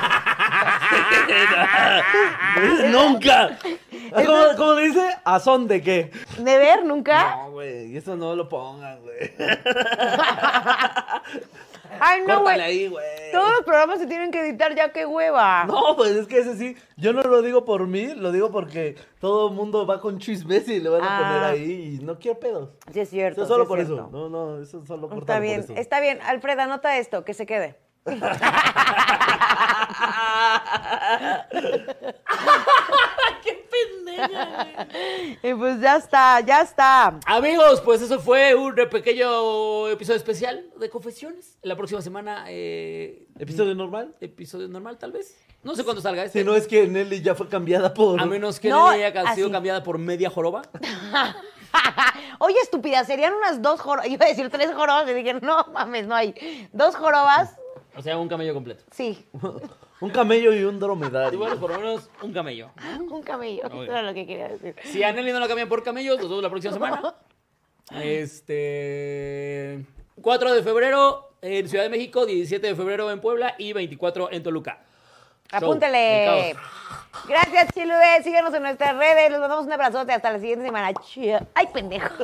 ¡Nunca! ¿Cómo, cómo dice? ¿A son de qué?
¿De ver nunca?
No, güey, eso no lo pongan, güey.
Ay, no,
Córtale
güey.
ahí, güey.
Todos los programas se tienen que editar ya, qué hueva.
No, pues es que ese sí, yo no lo digo por mí, lo digo porque todo el mundo va con chismes y le van a
Ah.
poner ahí y no quiero pedos.
Sí, es cierto.
Eso solo
sí es
por
cierto.
eso. No, no, eso solo por
Está bien,
por eso.
está bien. Alfred, anota esto, que se quede. Y pues ya está, ya está.
Amigos, pues eso fue un pequeño episodio especial de Confesiones. La próxima semana, eh,
¿Episodio normal?
episodio normal, tal vez. No sé cuándo salga este.
Si no es que Nelly ya fue cambiada por.
A menos que
No,
no, haya ca- sido
así.
cambiada por media joroba.
Oye, estúpida, serían unas dos jorobas. Iba a decir tres jorobas y dije, no mames, no hay. Dos jorobas,
O sea, un camello completo.
sí.
Un camello y un
Y
dromedario.
bueno, por lo menos un camello.
Un camello, eso
Obvio.
era lo que quería decir.
Si a Nelly no la cambian por camellos, nos vemos la próxima semana. Este. 4 de febrero en Ciudad de México, 17 de febrero en Puebla y 24 en Toluca. Show,
Apúntale.
el caos.
Gracias, Chilude. Síganos en nuestras redes. Les mandamos un abrazote. Hasta la siguiente semana. Chía. Ay, pendejo.